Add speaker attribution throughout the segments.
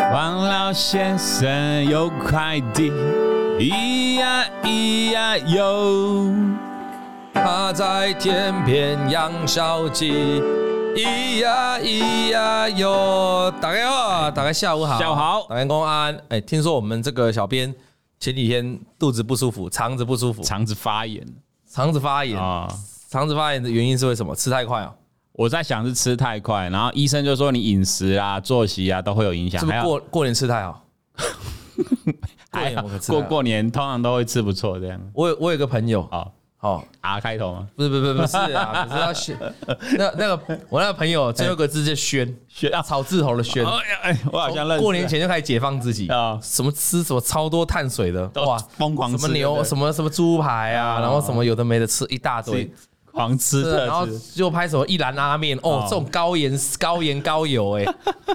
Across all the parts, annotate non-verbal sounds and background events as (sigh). Speaker 1: 老先生有快递，咿呀咿呀哟，
Speaker 2: 他在天边养小鸡，咿呀咿呀哟。大家好，大家下午好，
Speaker 1: 下午好
Speaker 2: 大家公安。哎，听说我们这个小编前几天肚子不舒服，肠子不舒服，
Speaker 1: 肠子发炎
Speaker 2: 肠子发炎。
Speaker 1: 啊！
Speaker 2: 肠子发炎的原因是为什么？吃太快哦，
Speaker 1: 我在想是吃太快，然后医生就说你饮食啊、作息啊都会有影响，
Speaker 2: 是不
Speaker 1: 还
Speaker 2: 是
Speaker 1: 有
Speaker 2: 过过年吃太好？过
Speaker 1: 还
Speaker 2: 年
Speaker 1: 有
Speaker 2: 我可吃太
Speaker 1: 过
Speaker 2: 好
Speaker 1: 过年通常都会吃不错这样。
Speaker 2: 我有我有个朋友，
Speaker 1: 好
Speaker 2: 哦，
Speaker 1: ，R 开头吗？
Speaker 2: 不是不是不是不是啊，可是他宣那那个我那个朋友最后一个字叫宣，
Speaker 1: 学啊，
Speaker 2: 草字头的宣。
Speaker 1: 哎呀哎，我好像认识
Speaker 2: 过年前就开始解放自己
Speaker 1: 啊
Speaker 2: 什么吃什么超多碳水的，
Speaker 1: 都
Speaker 2: 哇，
Speaker 1: 疯狂吃
Speaker 2: 什么
Speaker 1: 对不
Speaker 2: 牛
Speaker 1: 对
Speaker 2: 什么什么猪排啊，
Speaker 1: 啊
Speaker 2: 然后什么有的没的吃一大堆，
Speaker 1: 狂吃
Speaker 2: 是啊然后
Speaker 1: 特吃，
Speaker 2: 就拍什么一兰拉面，哦
Speaker 1: 哦，
Speaker 2: 这种高盐高盐高油，哎，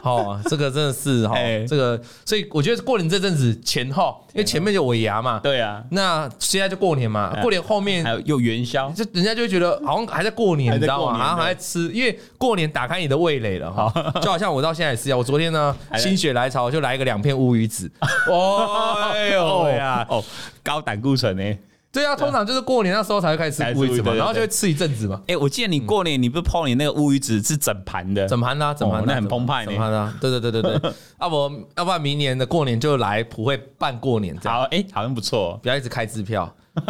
Speaker 2: 哦，这个真的是哈
Speaker 1: 哎，
Speaker 2: 这个，所以我觉得过年这阵子前后，因为前面有尾牙嘛，
Speaker 1: 对哎啊，
Speaker 2: 那现在就过年嘛，过年后面
Speaker 1: 还有又元宵，
Speaker 2: 就人家就会觉得好像还在过年，
Speaker 1: 还
Speaker 2: 你
Speaker 1: 在
Speaker 2: 知
Speaker 1: 过
Speaker 2: 道吗？
Speaker 1: 年
Speaker 2: 好像
Speaker 1: 对哦
Speaker 2: 还在吃，因为过年打开你的味蕾了哈。就好像我到现在也是啊，我昨天呢
Speaker 1: 还在
Speaker 2: 心血来潮就来一个两片乌鱼子， (laughs)
Speaker 1: (laughs)
Speaker 2: 哦哎呦喂啊，
Speaker 1: 哦，高胆固醇呢？欸
Speaker 2: 对啊，通常就是过年那时候才会开始吃乌鱼子嘛，
Speaker 1: 对对对
Speaker 2: 然后就会吃一阵子嘛，
Speaker 1: 哎，我记得你过年你不是泡你那个乌鱼子是整盘的，
Speaker 2: 嗯整盘啦，整盘
Speaker 1: 哦
Speaker 2: 啦
Speaker 1: 那很澎湃呢
Speaker 2: 整盘啦，对对对
Speaker 1: (laughs)
Speaker 2: 对对，啊我要不然明年的过年就来普惠办过年这样。
Speaker 1: 好哎，好像不错哦。
Speaker 2: 不要一直开支票。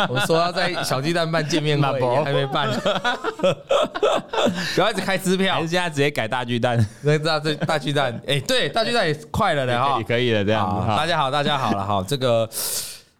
Speaker 2: 我们说要在小鸡蛋办见
Speaker 1: (laughs)
Speaker 2: 面
Speaker 1: 那不
Speaker 2: 会，还没办， (laughs) 不要一直开支票
Speaker 1: 还是。现在直接改大巨蛋
Speaker 2: 那大这大巨蛋，哎、对，大巨蛋也快了的哈
Speaker 1: 也。可以了，这样子
Speaker 2: 好，大
Speaker 1: 哈。
Speaker 2: 家好，大家好了哈，这个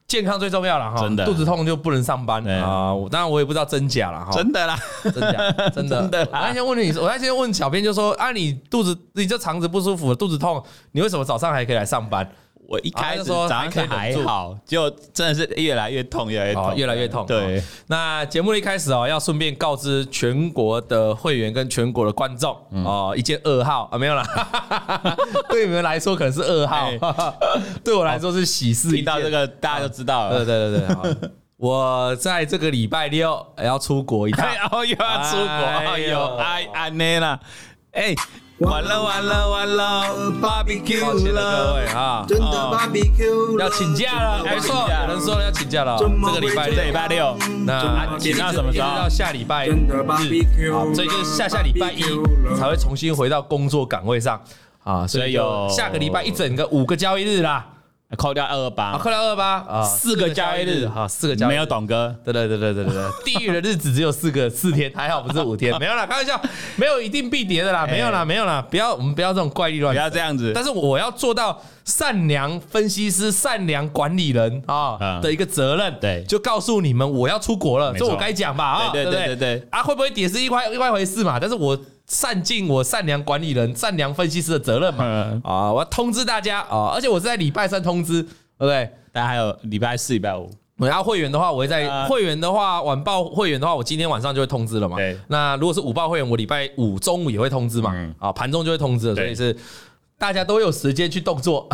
Speaker 2: 健康最重要了哈。
Speaker 1: 真的
Speaker 2: 肚子痛就不能上班
Speaker 1: 对
Speaker 2: 啊。我当然我也不知道真假了哈，
Speaker 1: 真的啦，
Speaker 2: 真
Speaker 1: (laughs)
Speaker 2: 假真的
Speaker 1: 真的啦
Speaker 2: 我那天问你，我那天问小编就说啊，你肚子你这肠子不舒服，肚子痛，你为什么早上还可以来上班？
Speaker 1: 我一开
Speaker 2: 啊
Speaker 1: 始
Speaker 2: 那时候
Speaker 1: 早上是还好，结果真的是越来越痛，越来越
Speaker 2: 哦
Speaker 1: 痛，，
Speaker 2: 越来越痛。
Speaker 1: 对
Speaker 2: 哦，那节目的一开始哦，要顺便告知全国的会员跟全国的观众
Speaker 1: 嗯
Speaker 2: 哦，一件噩耗啊，没
Speaker 1: (laughs)
Speaker 2: 有啦，对你们来说可能是噩耗， (laughs) 对我来说是喜事。
Speaker 1: 哎哦听到这，个大家就知道
Speaker 2: 对
Speaker 1: 了。
Speaker 2: 对对对，好我在这个礼拜六要出国一趟。
Speaker 1: (laughs) 哎哦，又要出国，
Speaker 2: 哎
Speaker 1: 哎
Speaker 2: 呦
Speaker 1: 呦，哎安内啦，哎，完了完了完了
Speaker 2: 抱歉
Speaker 1: ，barbecue
Speaker 2: 了各位
Speaker 1: 了，
Speaker 2: 啊，
Speaker 3: 真的 barbecue
Speaker 2: 要请假了，没错，有人说要请假了，这个礼拜
Speaker 1: 这
Speaker 2: 六
Speaker 1: 礼。拜六，
Speaker 2: 那
Speaker 1: 啊请到什么时候
Speaker 2: 一直到下礼拜
Speaker 3: 真的
Speaker 2: 日
Speaker 3: barbecue
Speaker 2: 好所以就是下下礼拜一
Speaker 3: barbecue 了
Speaker 2: 才会重新回到工作岗位上啊，所以有
Speaker 1: 所以有
Speaker 2: 下个礼拜一整个五个交易日啦，
Speaker 1: 扣掉二二
Speaker 2: 啊，
Speaker 1: 八，
Speaker 2: 快到二八啊，
Speaker 1: 四个交易日
Speaker 2: 啊，四个交易日
Speaker 1: 没有，董哥，
Speaker 2: 对对对对对对对，地狱的日子只有四个四天，还好不是五天，没有啦，开玩笑，没有一定必跌的啦，没有啦没有啦，不要我们不要这种怪力乱
Speaker 1: 不
Speaker 2: 神
Speaker 1: 要这样子
Speaker 2: 但。是我要做到善良分析师、善良管理人啊
Speaker 1: 嗯
Speaker 2: 的一个责任，
Speaker 1: 对
Speaker 2: 就告诉你们我要出国了，
Speaker 1: 没
Speaker 2: 这
Speaker 1: 错
Speaker 2: 我该讲吧啊，
Speaker 1: 对
Speaker 2: 不
Speaker 1: 对对对对
Speaker 2: 啊，会不会跌是一块另外一回事嘛，但是我善尽我善良管理人、善良分析师的责任嘛，
Speaker 1: 嗯，
Speaker 2: 啊，我要通知大家啊，而且我是在礼拜三通知，对不对？
Speaker 1: 大家还有礼拜四、礼拜
Speaker 2: (laughs)
Speaker 1: 五，
Speaker 2: 我要会员的话，我会在
Speaker 1: 啊
Speaker 2: 会员的话，晚报会员的话，我今天晚上就会通知了嘛
Speaker 1: 对。
Speaker 2: 那如果是午报会员，我礼拜五中午也会通知嘛
Speaker 1: 嗯，
Speaker 2: 啊，盘中就会通知了，所以
Speaker 1: 对
Speaker 2: 是大家都有时间去动作，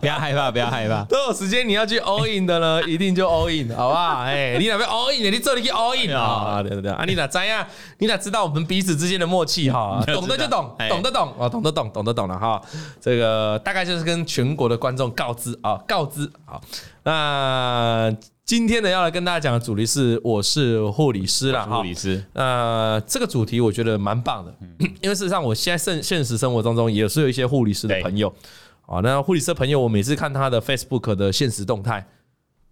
Speaker 1: 不要害怕，不要害怕。
Speaker 2: (laughs) 都有时间你要去 all in 的
Speaker 1: (laughs)
Speaker 2: 呢，一定就 all in，好不好？哎，你哪边 all in 的，你这里去 all
Speaker 1: 哎
Speaker 2: in 啊，对对对，啊，你哪怎样？你哪知道我们彼此之间的默
Speaker 1: (laughs)
Speaker 2: 契哈？
Speaker 1: 知道
Speaker 2: 懂得就懂，
Speaker 1: 哎
Speaker 2: 懂得懂啊，懂得懂，懂得懂了哈。这个大概就是跟全国的观众告知啊，告知好。那今天呢，要来跟大家讲的主题是我是护理师啦，哈
Speaker 1: 护理师，
Speaker 2: 呃，这个主题我觉得蛮棒的，
Speaker 1: 嗯
Speaker 2: (clears throat) 因为事实上我现在现现实生活当中也是有一些护理师的
Speaker 1: 对
Speaker 2: 朋友啊。那护理师的朋友，我每次看他的 Facebook 的现实动态，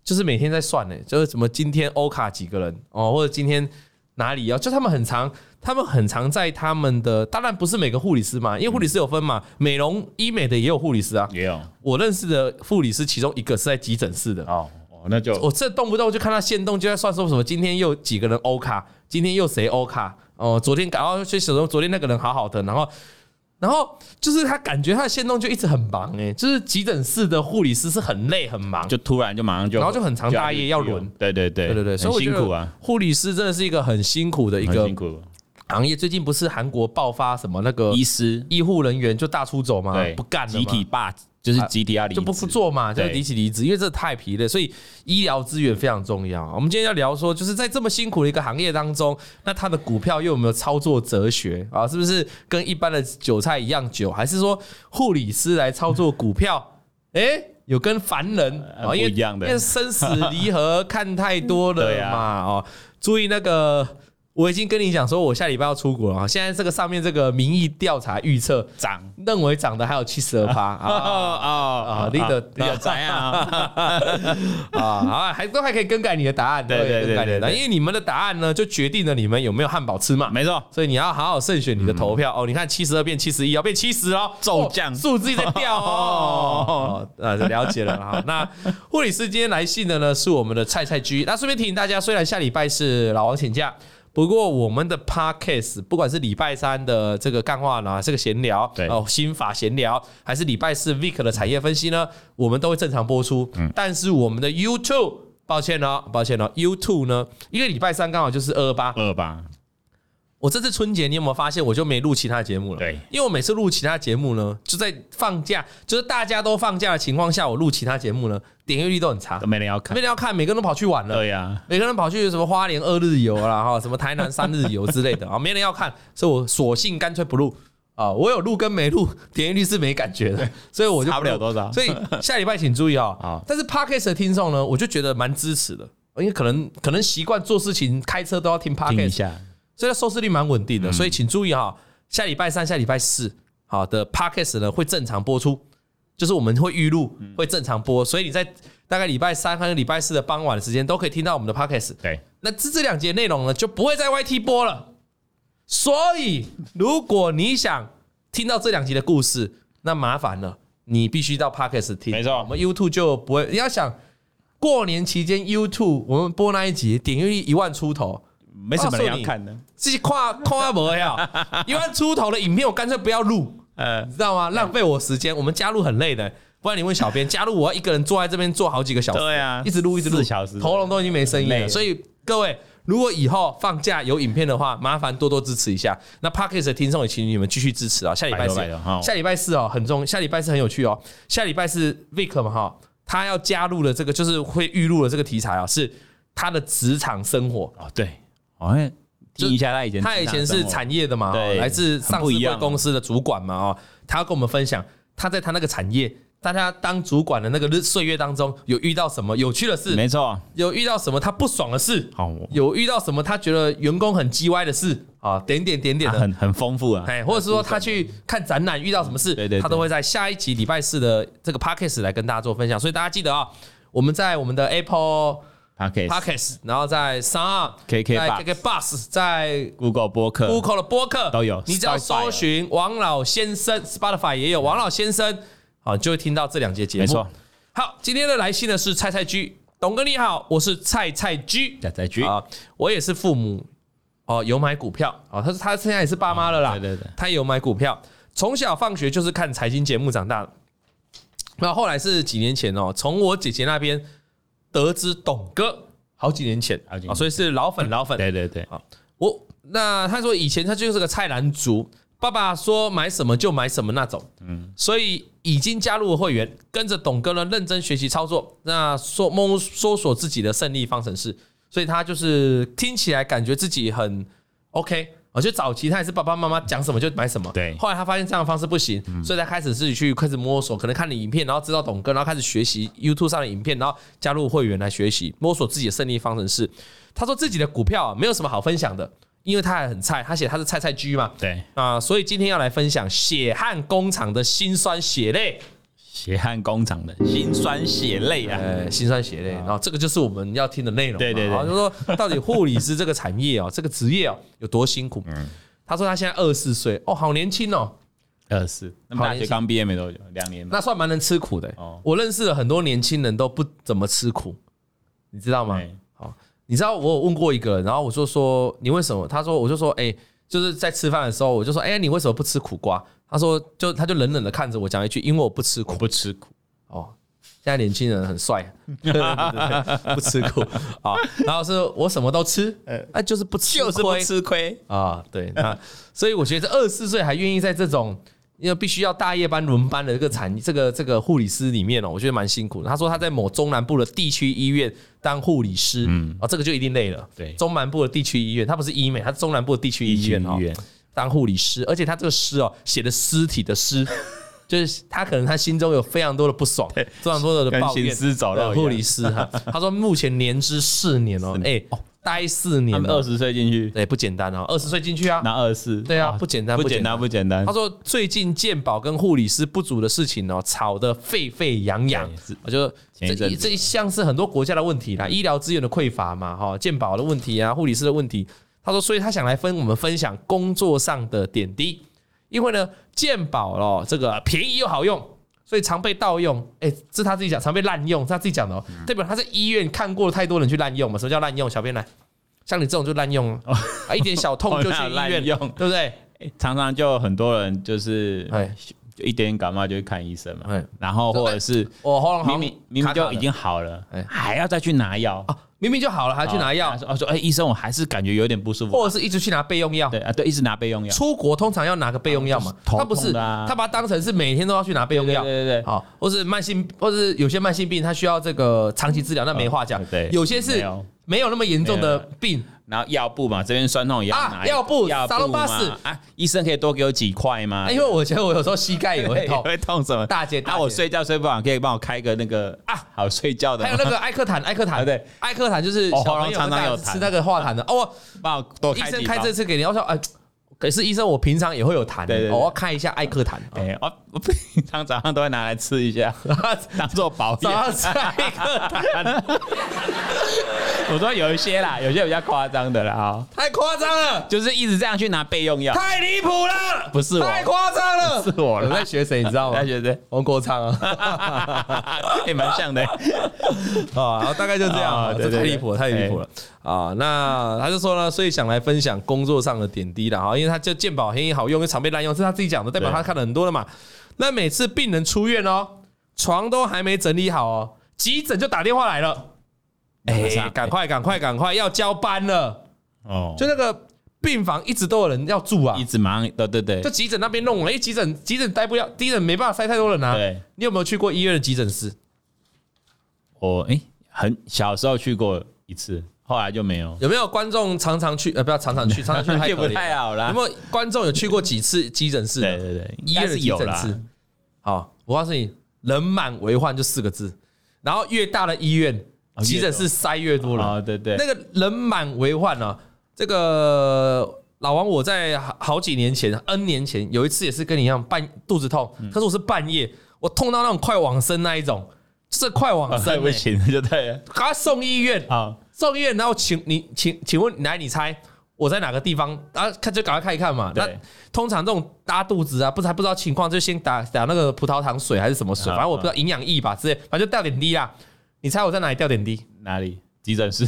Speaker 2: 就是每天在算呢、欸就是什么今天欧卡几个人哦，或者今天哪里要，就他们很常，他们很常在他们的，当然不是每个护理师嘛，因为护理师有分嘛，美容医美的也有护理师啊。
Speaker 1: 也嗯有
Speaker 2: 我认识的护理师，其中一个是在急诊室的，
Speaker 1: 哦，哦那就
Speaker 2: 我这动不动就看他现动就在算说什么，今天又几个人欧卡，今天又谁欧卡，哦，昨天然后去什么，昨天那个人好好的，然后。然后就是他感觉他的现动就一直很忙哎、就是急诊室的护理师是很累很忙，
Speaker 1: 就突然就马上就，
Speaker 2: 然后就很长大夜要轮
Speaker 1: 对对对
Speaker 2: 对对对，所
Speaker 1: 很
Speaker 2: 以我觉
Speaker 1: 辛
Speaker 2: 得
Speaker 1: 苦啊，嗯
Speaker 2: 护理师真的是一个很辛苦的一
Speaker 1: 很
Speaker 2: 个
Speaker 1: 辛苦。
Speaker 2: 行业。最近不是韩国爆发什么那个
Speaker 1: 医师
Speaker 2: 医护人员就大出走嘛，
Speaker 1: 对
Speaker 2: 啊不干了嘛啊
Speaker 1: 集体罢就是 GDR 离
Speaker 2: 就不
Speaker 1: 职 (laughs)
Speaker 2: 做嘛，就
Speaker 1: 对
Speaker 2: 离起离职，因为这太疲累，所以医疗资源非常重要。我们今天要聊说，就是在这么辛苦的一个行业当中，那它的股票又有没有操作哲学啊？是不是跟一般的韭菜一样久，还是说护理师来操作股票？诶，有跟凡人
Speaker 1: 呃
Speaker 2: 啊，因为
Speaker 1: 不一样的
Speaker 2: 因为生死
Speaker 1: (laughs)
Speaker 2: 离合看太多了
Speaker 1: 对
Speaker 2: 嘛，
Speaker 1: 啊
Speaker 2: 哦，注意那个。我已经跟你讲说，我下礼拜要出国了啊！现在这个上面这个民意调查预测，
Speaker 1: 涨
Speaker 2: 认为涨的还有七十二趴啊！
Speaker 1: 啊 (laughs)
Speaker 2: 啊你的
Speaker 1: 你的宅
Speaker 2: (laughs)
Speaker 1: 啊，
Speaker 2: 啊，好啊，还都还可以更改你的答案，
Speaker 1: 对
Speaker 2: 都可以
Speaker 1: 对对
Speaker 2: 更改你的答案
Speaker 1: 对对
Speaker 2: 因为你们的答案呢，就决定了你们有没有汉堡吃嘛。
Speaker 1: 没错，
Speaker 2: 所以你要好好慎选你的投票、哦。你看七十二变七十一，要变七十哦，
Speaker 1: 骤降
Speaker 2: 哦数字一直在掉哦。哦，呃，了解了哈。那护理师今天来信的呢，是我们的菜菜居。那顺便提醒大家，虽然下礼拜是老王请假。不过我们的 podcast 不管是礼拜三的这个干话呢，这个闲聊，
Speaker 1: 对
Speaker 2: 哦，心法闲聊，还是礼拜四 Vic 的产业分析呢，我们都会正常播出。但是我们的 YouTube，抱歉哦，抱歉哦，YouTube 呢，因为礼拜三刚好就是二二八，
Speaker 1: 二吧，
Speaker 2: 我这次春节，你有没有发现我就没录其他节目了？
Speaker 1: 对，
Speaker 2: 因为我每次录其他节目呢，就在放假，就是大家都放假的情况下，我录其他节目呢，点阅率都很差，
Speaker 1: 没人要看
Speaker 2: 没，人要看，每个人都跑去玩了。
Speaker 1: 对呀，
Speaker 2: 每个人跑去什么花莲二日游啦，哈，什么台南三日游之类的啊，没人要看，所以我索性干脆不录啊。我有录跟没录，点阅率是没感觉的，所以我就
Speaker 1: 差不
Speaker 2: 录
Speaker 1: 了多少
Speaker 2: 所以下礼拜请注意啊、
Speaker 1: (laughs) 好
Speaker 2: 但是 podcast 的听众呢，我就觉得蛮支持的，因为可能可能习惯做事情开车都要听
Speaker 1: 听一
Speaker 2: podcast，
Speaker 1: 下，
Speaker 2: 所以它收视率蛮稳
Speaker 1: 嗯
Speaker 2: 定的，所以请注意哈、下礼拜三、下礼拜四好的 podcast 呢会正常播出，就是我们会预录，
Speaker 1: 嗯
Speaker 2: 会正常播，所以你在大概礼拜三和礼拜四的傍晚的时间都可以听到我们的 podcast。
Speaker 1: 对，
Speaker 2: 那这这两节内容呢就不会在 YT 播了，所以如果你想听到这两集的故事，那麻烦了，你必须到 podcast 听，
Speaker 1: 没错
Speaker 2: 我们 YouTube 就不会，你要想。过年期间，YouTube 我们播那一集点阅率一万出头，
Speaker 1: 没什么
Speaker 2: 啊
Speaker 1: 人要看的，
Speaker 2: 自己跨
Speaker 1: (laughs)
Speaker 2: 跨博呀，一万出头的影片我干脆不要录，
Speaker 1: 呃
Speaker 2: 你，知道吗？浪费我时间，我们加入很累的。不然你问小编，加入我要一个人坐在这边坐好几个小时，
Speaker 1: 对啊
Speaker 2: 一直录一直录，
Speaker 1: 四小时
Speaker 2: 喉咙都已经没声音
Speaker 1: 累
Speaker 2: 了。
Speaker 1: 了
Speaker 2: 所以各位，如果以后放假有影片的话，麻烦多多支持一下。那 Parkes 的听众也请你们继续支持啊！下礼拜四
Speaker 1: 拜托拜托好，
Speaker 2: 下礼拜四哦，很重，下礼拜四很有趣哦。下礼拜四 Vic 嘛哈，他要加入的这个就是会预录的这个题材啊，是他的职场生活。
Speaker 1: 哦对，好像听一下他以前，
Speaker 2: 他以前是，产业的嘛，哦
Speaker 1: 对
Speaker 2: 来自上
Speaker 1: 很
Speaker 2: 市
Speaker 1: 不一
Speaker 2: 贵
Speaker 1: 样
Speaker 2: 公司的主管嘛，哦，他要跟我们分享他在他那个产业，大家当主管的那个日岁月当中，有遇到什么有趣的事，
Speaker 1: 没错，
Speaker 2: 有遇到什么他不爽的事，
Speaker 1: 好，我
Speaker 2: 有遇到什么他觉得员工很叽歪的事啊，点点点点
Speaker 1: 啊
Speaker 2: 的，
Speaker 1: 很很丰富啊，
Speaker 2: 哎，或者是说他去看展览遇到什么事，
Speaker 1: 对对对
Speaker 2: 他都会在下一集礼拜四的这个 podcast 来跟大家做分享，所以大家记得啊、我们在我们的 Apple。
Speaker 1: 他可以
Speaker 2: Podcast，然后在 s o n
Speaker 1: KK Bus
Speaker 2: KK Bus，在
Speaker 1: Google 播客
Speaker 2: Google 的播客
Speaker 1: 呃都有啊
Speaker 2: 你只要搜寻王老先生，Spotify 也有王老先生，好，你就会听到这两节节目。
Speaker 1: 没错，
Speaker 2: 好，今天的来信呢是菜菜居，董哥你好，我是菜菜居
Speaker 1: 贾在居，
Speaker 2: 啊，我也是父母哦，有买股票哦，他说他现在也是爸妈了啦，
Speaker 1: 哦对对对，
Speaker 2: 他也有买股票，从小放学就是看财经节目长大的。那后来是几年前哦，从我姐姐那边得知董哥，好几年前
Speaker 1: 好几年
Speaker 2: 啊，所以是老粉老粉。
Speaker 1: 对对对，
Speaker 2: 我那他说以前他就是个菜篮族，爸爸说买什么就买什么那种，嗯，所以已经加入了会员，跟着董哥呢认真学习操作，那说摸搜索自己的胜利方程式，所以他就是听起来感觉自己很 OK。而且早期他也是爸爸妈妈讲什么就买什么，
Speaker 1: 对
Speaker 2: 后来他发现这样的方式不行，所以才开始自己去开始摸索，可能看你影片，然后知道董哥，然后开始学习 YouTube 上的影片，然后加入会员来学习摸索自己的胜利方程式。他说自己的股票、啊、没有什么好分享的，因为他还很菜，他写他是菜菜居嘛，
Speaker 1: 对，
Speaker 2: 啊，所以今天要来分享血汗工厂的辛酸血泪，
Speaker 1: 血汗工厂的辛酸血泪啊，
Speaker 2: 呃，辛酸血泪，然后这个就是我们要听的内容嘛，
Speaker 1: 对对对
Speaker 2: 啊就说到底护理师这个产业哦，这个职业哦有多辛苦？他说他现在二十四岁，哦，好年轻哦，
Speaker 1: 二四，那么
Speaker 2: 好
Speaker 1: 大学刚毕业没多久，两年吧，
Speaker 2: 那算蛮能吃苦的、
Speaker 1: 哦
Speaker 2: 我认识了很多年轻人都不怎么吃苦，你知道吗？
Speaker 1: 对
Speaker 2: 好，你知道我有问过一个人，然后我就说你为什么？他说我就说哎、就是在吃饭的时候，我就说哎、你为什么不吃苦瓜？他说就他就冷冷的看着我讲一句，因为我不吃
Speaker 1: 我
Speaker 2: 苦
Speaker 1: 不吃苦，
Speaker 2: 哦。现在年轻人很 (laughs) 帅，啊对对对不吃苦 (laughs) 啊、然后是我什么都吃，哎、就是不吃亏，
Speaker 1: 吃亏，
Speaker 2: 啊，对，那所以我觉得二十四岁还愿意在这种因为必须要大夜班轮班的这个产这个这个护理师里面哦，我觉得蛮辛苦的。他说他在某中南部的地区医院当护理师，嗯，哦，这个就一定累了。
Speaker 1: 对
Speaker 2: 中南部的地区医院，他不是医美，他是中南部的地区医院哦
Speaker 1: 地区医院，
Speaker 2: 当护理师，而且他这个师哦写的尸体的尸。 (laughs) 就是他可能他心中有非常多的不爽，非常多的
Speaker 1: 跟
Speaker 2: 抱怨，
Speaker 1: 行尸走肉一样
Speaker 2: 护理师哈，他说目前年资四年哦，哎，待四
Speaker 1: 他
Speaker 2: 年
Speaker 1: 们
Speaker 2: 了
Speaker 1: 二，十岁进去
Speaker 2: 对，不简单哦，二十岁进去啊，
Speaker 1: 拿二十四，
Speaker 2: 对啊
Speaker 1: 哇
Speaker 2: 不简单
Speaker 1: 不
Speaker 2: 不简
Speaker 1: 简
Speaker 2: 单
Speaker 1: 单，不简单
Speaker 2: 他。说最近鉴宝跟护理师不足的事情哦，吵得沸沸扬扬
Speaker 1: 对是。
Speaker 2: 我就
Speaker 1: 前一
Speaker 2: 这
Speaker 1: 阵
Speaker 2: 一
Speaker 1: 子
Speaker 2: 这一项是很多国家的问题啦，医疗资源的匮乏嘛，哈，鉴宝的问题啊，护理师的问题。他说，所以他想来分我们分享工作上的点滴，因为呢，鉴宝哦，这个便宜又好用。所以常被盗用，哎、这是他自己讲，常被滥用，是他自己讲的哦。
Speaker 1: 嗯
Speaker 2: 代表他在医院看过太多人去滥用嘛？什么叫滥用？小编来，像你这种就滥用啊，啊一点小痛就去
Speaker 1: 哦
Speaker 2: 医
Speaker 1: 那滥
Speaker 2: 院，对
Speaker 1: 用
Speaker 2: 不对？
Speaker 1: 欸常常就很多人就是
Speaker 2: 哎
Speaker 1: 就一点点感冒就去看医生嘛
Speaker 2: 哎，
Speaker 1: 然后或者是
Speaker 2: 我喉咙哦好
Speaker 1: 明
Speaker 2: 像
Speaker 1: 明明明
Speaker 2: 卡卡
Speaker 1: 就
Speaker 2: 的
Speaker 1: 已经好了
Speaker 2: 哎，
Speaker 1: 还要再去拿药，
Speaker 2: 啊，明明就好了，还去拿药
Speaker 1: 他，说哦说哎医生我还是感觉有点不舒服，
Speaker 2: 或者是一直去拿备用药。
Speaker 1: 对啊对，一直拿备用药，
Speaker 2: 出国通常要拿个备用药嘛
Speaker 1: 啊，就是头
Speaker 2: 他不是，
Speaker 1: 痛的啊
Speaker 2: 他把它当成是每天都要去拿备用
Speaker 1: 对
Speaker 2: 药。
Speaker 1: 对对对，
Speaker 2: 好，或是慢性，或是有些慢性病，他需要这个长期治疗，那没话讲
Speaker 1: 嗯。对
Speaker 2: 有些
Speaker 1: 没
Speaker 2: 是
Speaker 1: 有
Speaker 2: 没有那么严重的病，
Speaker 1: 然后药布嘛这边酸痛也要
Speaker 2: 啊
Speaker 1: 拿
Speaker 2: 药布
Speaker 1: 药
Speaker 2: 沙龙
Speaker 1: 布
Speaker 2: 巴
Speaker 1: 嘛
Speaker 2: 士
Speaker 1: 啊医生可以多给我几块吗
Speaker 2: 啊？因为我觉得我有时候膝盖也
Speaker 1: 哎对
Speaker 2: 会痛，
Speaker 1: 会痛什么？
Speaker 2: 哎大姐大
Speaker 1: 那
Speaker 2: 姐
Speaker 1: 我睡觉睡不好，可以帮我开个那个啊好睡觉的吗，
Speaker 2: 还有那个艾克坦，艾克坦，
Speaker 1: 啊对，
Speaker 2: 艾克坦就是小
Speaker 1: 哦
Speaker 2: 朋友
Speaker 1: 常常
Speaker 2: 大
Speaker 1: 有
Speaker 2: 家
Speaker 1: 痰
Speaker 2: 吃那个化痰的。哦，
Speaker 1: 帮我多
Speaker 2: 医
Speaker 1: 开
Speaker 2: 生
Speaker 1: 几
Speaker 2: 开
Speaker 1: 包
Speaker 2: 这。次给你，我说哎，可是医生我平常也会有痰
Speaker 1: 对对，对
Speaker 2: 哦我要看一下艾克坦。
Speaker 1: 哎、我我平常早上都会拿来吃一下，当做保
Speaker 2: (laughs) 早上
Speaker 1: 养。
Speaker 2: 吃艾克坦。
Speaker 1: (laughs) 我说有一些啦，有些比较夸张的啦啊、
Speaker 2: 太夸张了，
Speaker 1: 就是一直这样去拿备用药，
Speaker 2: (laughs) 太离谱了，
Speaker 1: 不是我
Speaker 2: 太夸张了，
Speaker 1: 是我啦
Speaker 2: 在啊学谁，你知道吗
Speaker 1: 大？学
Speaker 2: (laughs)
Speaker 1: 生，
Speaker 2: 王国昌啊， (laughs)
Speaker 1: 也哎蛮像的、
Speaker 2: 啊，然后大概就这样啊，
Speaker 1: 啊
Speaker 2: 这
Speaker 1: 对对
Speaker 2: 太
Speaker 1: 对
Speaker 2: 离谱了，太离谱了啊！那他就说呢，所以想来分享工作上的点滴了哈，因为他就鉴宝很好用，又常被滥用，这是他自己讲的，代表
Speaker 1: 对
Speaker 2: 他看了很多了嘛。那每次病人出院哦，床都还没整理好哦，急诊就打电话来了，哎，赶快赶快赶快要交班了，
Speaker 1: 哦，
Speaker 2: 就那个病房一直都有人要住啊
Speaker 1: 一，直忙，对对对
Speaker 2: 就，急诊那边弄了，因为急诊急诊待不了，急诊没办法塞太多人啊。
Speaker 1: 对，
Speaker 2: 你有没有去过医院的急诊室？
Speaker 1: 我哎、很小时候去过一次，后来就没有，
Speaker 2: 有没有观众常常去？呃，不要
Speaker 1: (laughs)
Speaker 2: 常常去，常常去太
Speaker 1: 去
Speaker 2: 可
Speaker 1: 不
Speaker 2: 怜
Speaker 1: 太
Speaker 2: 了。
Speaker 1: 好
Speaker 2: 有
Speaker 1: 啦。
Speaker 2: 没有观众有去过几次急诊室
Speaker 1: 对
Speaker 2: 的？
Speaker 1: 对对，
Speaker 2: 医
Speaker 1: 应该
Speaker 2: 院的
Speaker 1: 是
Speaker 2: 急
Speaker 1: 有
Speaker 2: 诊
Speaker 1: 啦。
Speaker 2: 室。好，我告诉你，人满为患就四个字。然后越大的医院，
Speaker 1: 哦
Speaker 2: 急诊室塞越多人。
Speaker 1: 哦，对对，
Speaker 2: 那个人满为患啊，这个老王，我在好好几年前，N 年前有一次也是跟你一样半肚子痛，
Speaker 1: 嗯
Speaker 2: 可是我是半夜，我痛到那种快往生那一种，就是快往
Speaker 1: 哦对 (laughs)
Speaker 2: 生、
Speaker 1: 不
Speaker 2: 欸，
Speaker 1: 行，就对了。哦
Speaker 2: 赶快送医院，
Speaker 1: 好，
Speaker 2: 送医院，然后请你请请问来你猜我在哪个地方？啊，看就赶快看一看嘛。那
Speaker 1: 对
Speaker 2: 通常这种拉肚子啊，不是还不知道情况，就先打打那个葡萄糖水还是什么水，
Speaker 1: 啊
Speaker 2: 反正我不知道营养液吧之类，反正就吊点滴啦。你猜我在哪里吊点滴？
Speaker 1: 哪里？急诊
Speaker 2: (laughs)
Speaker 1: 室。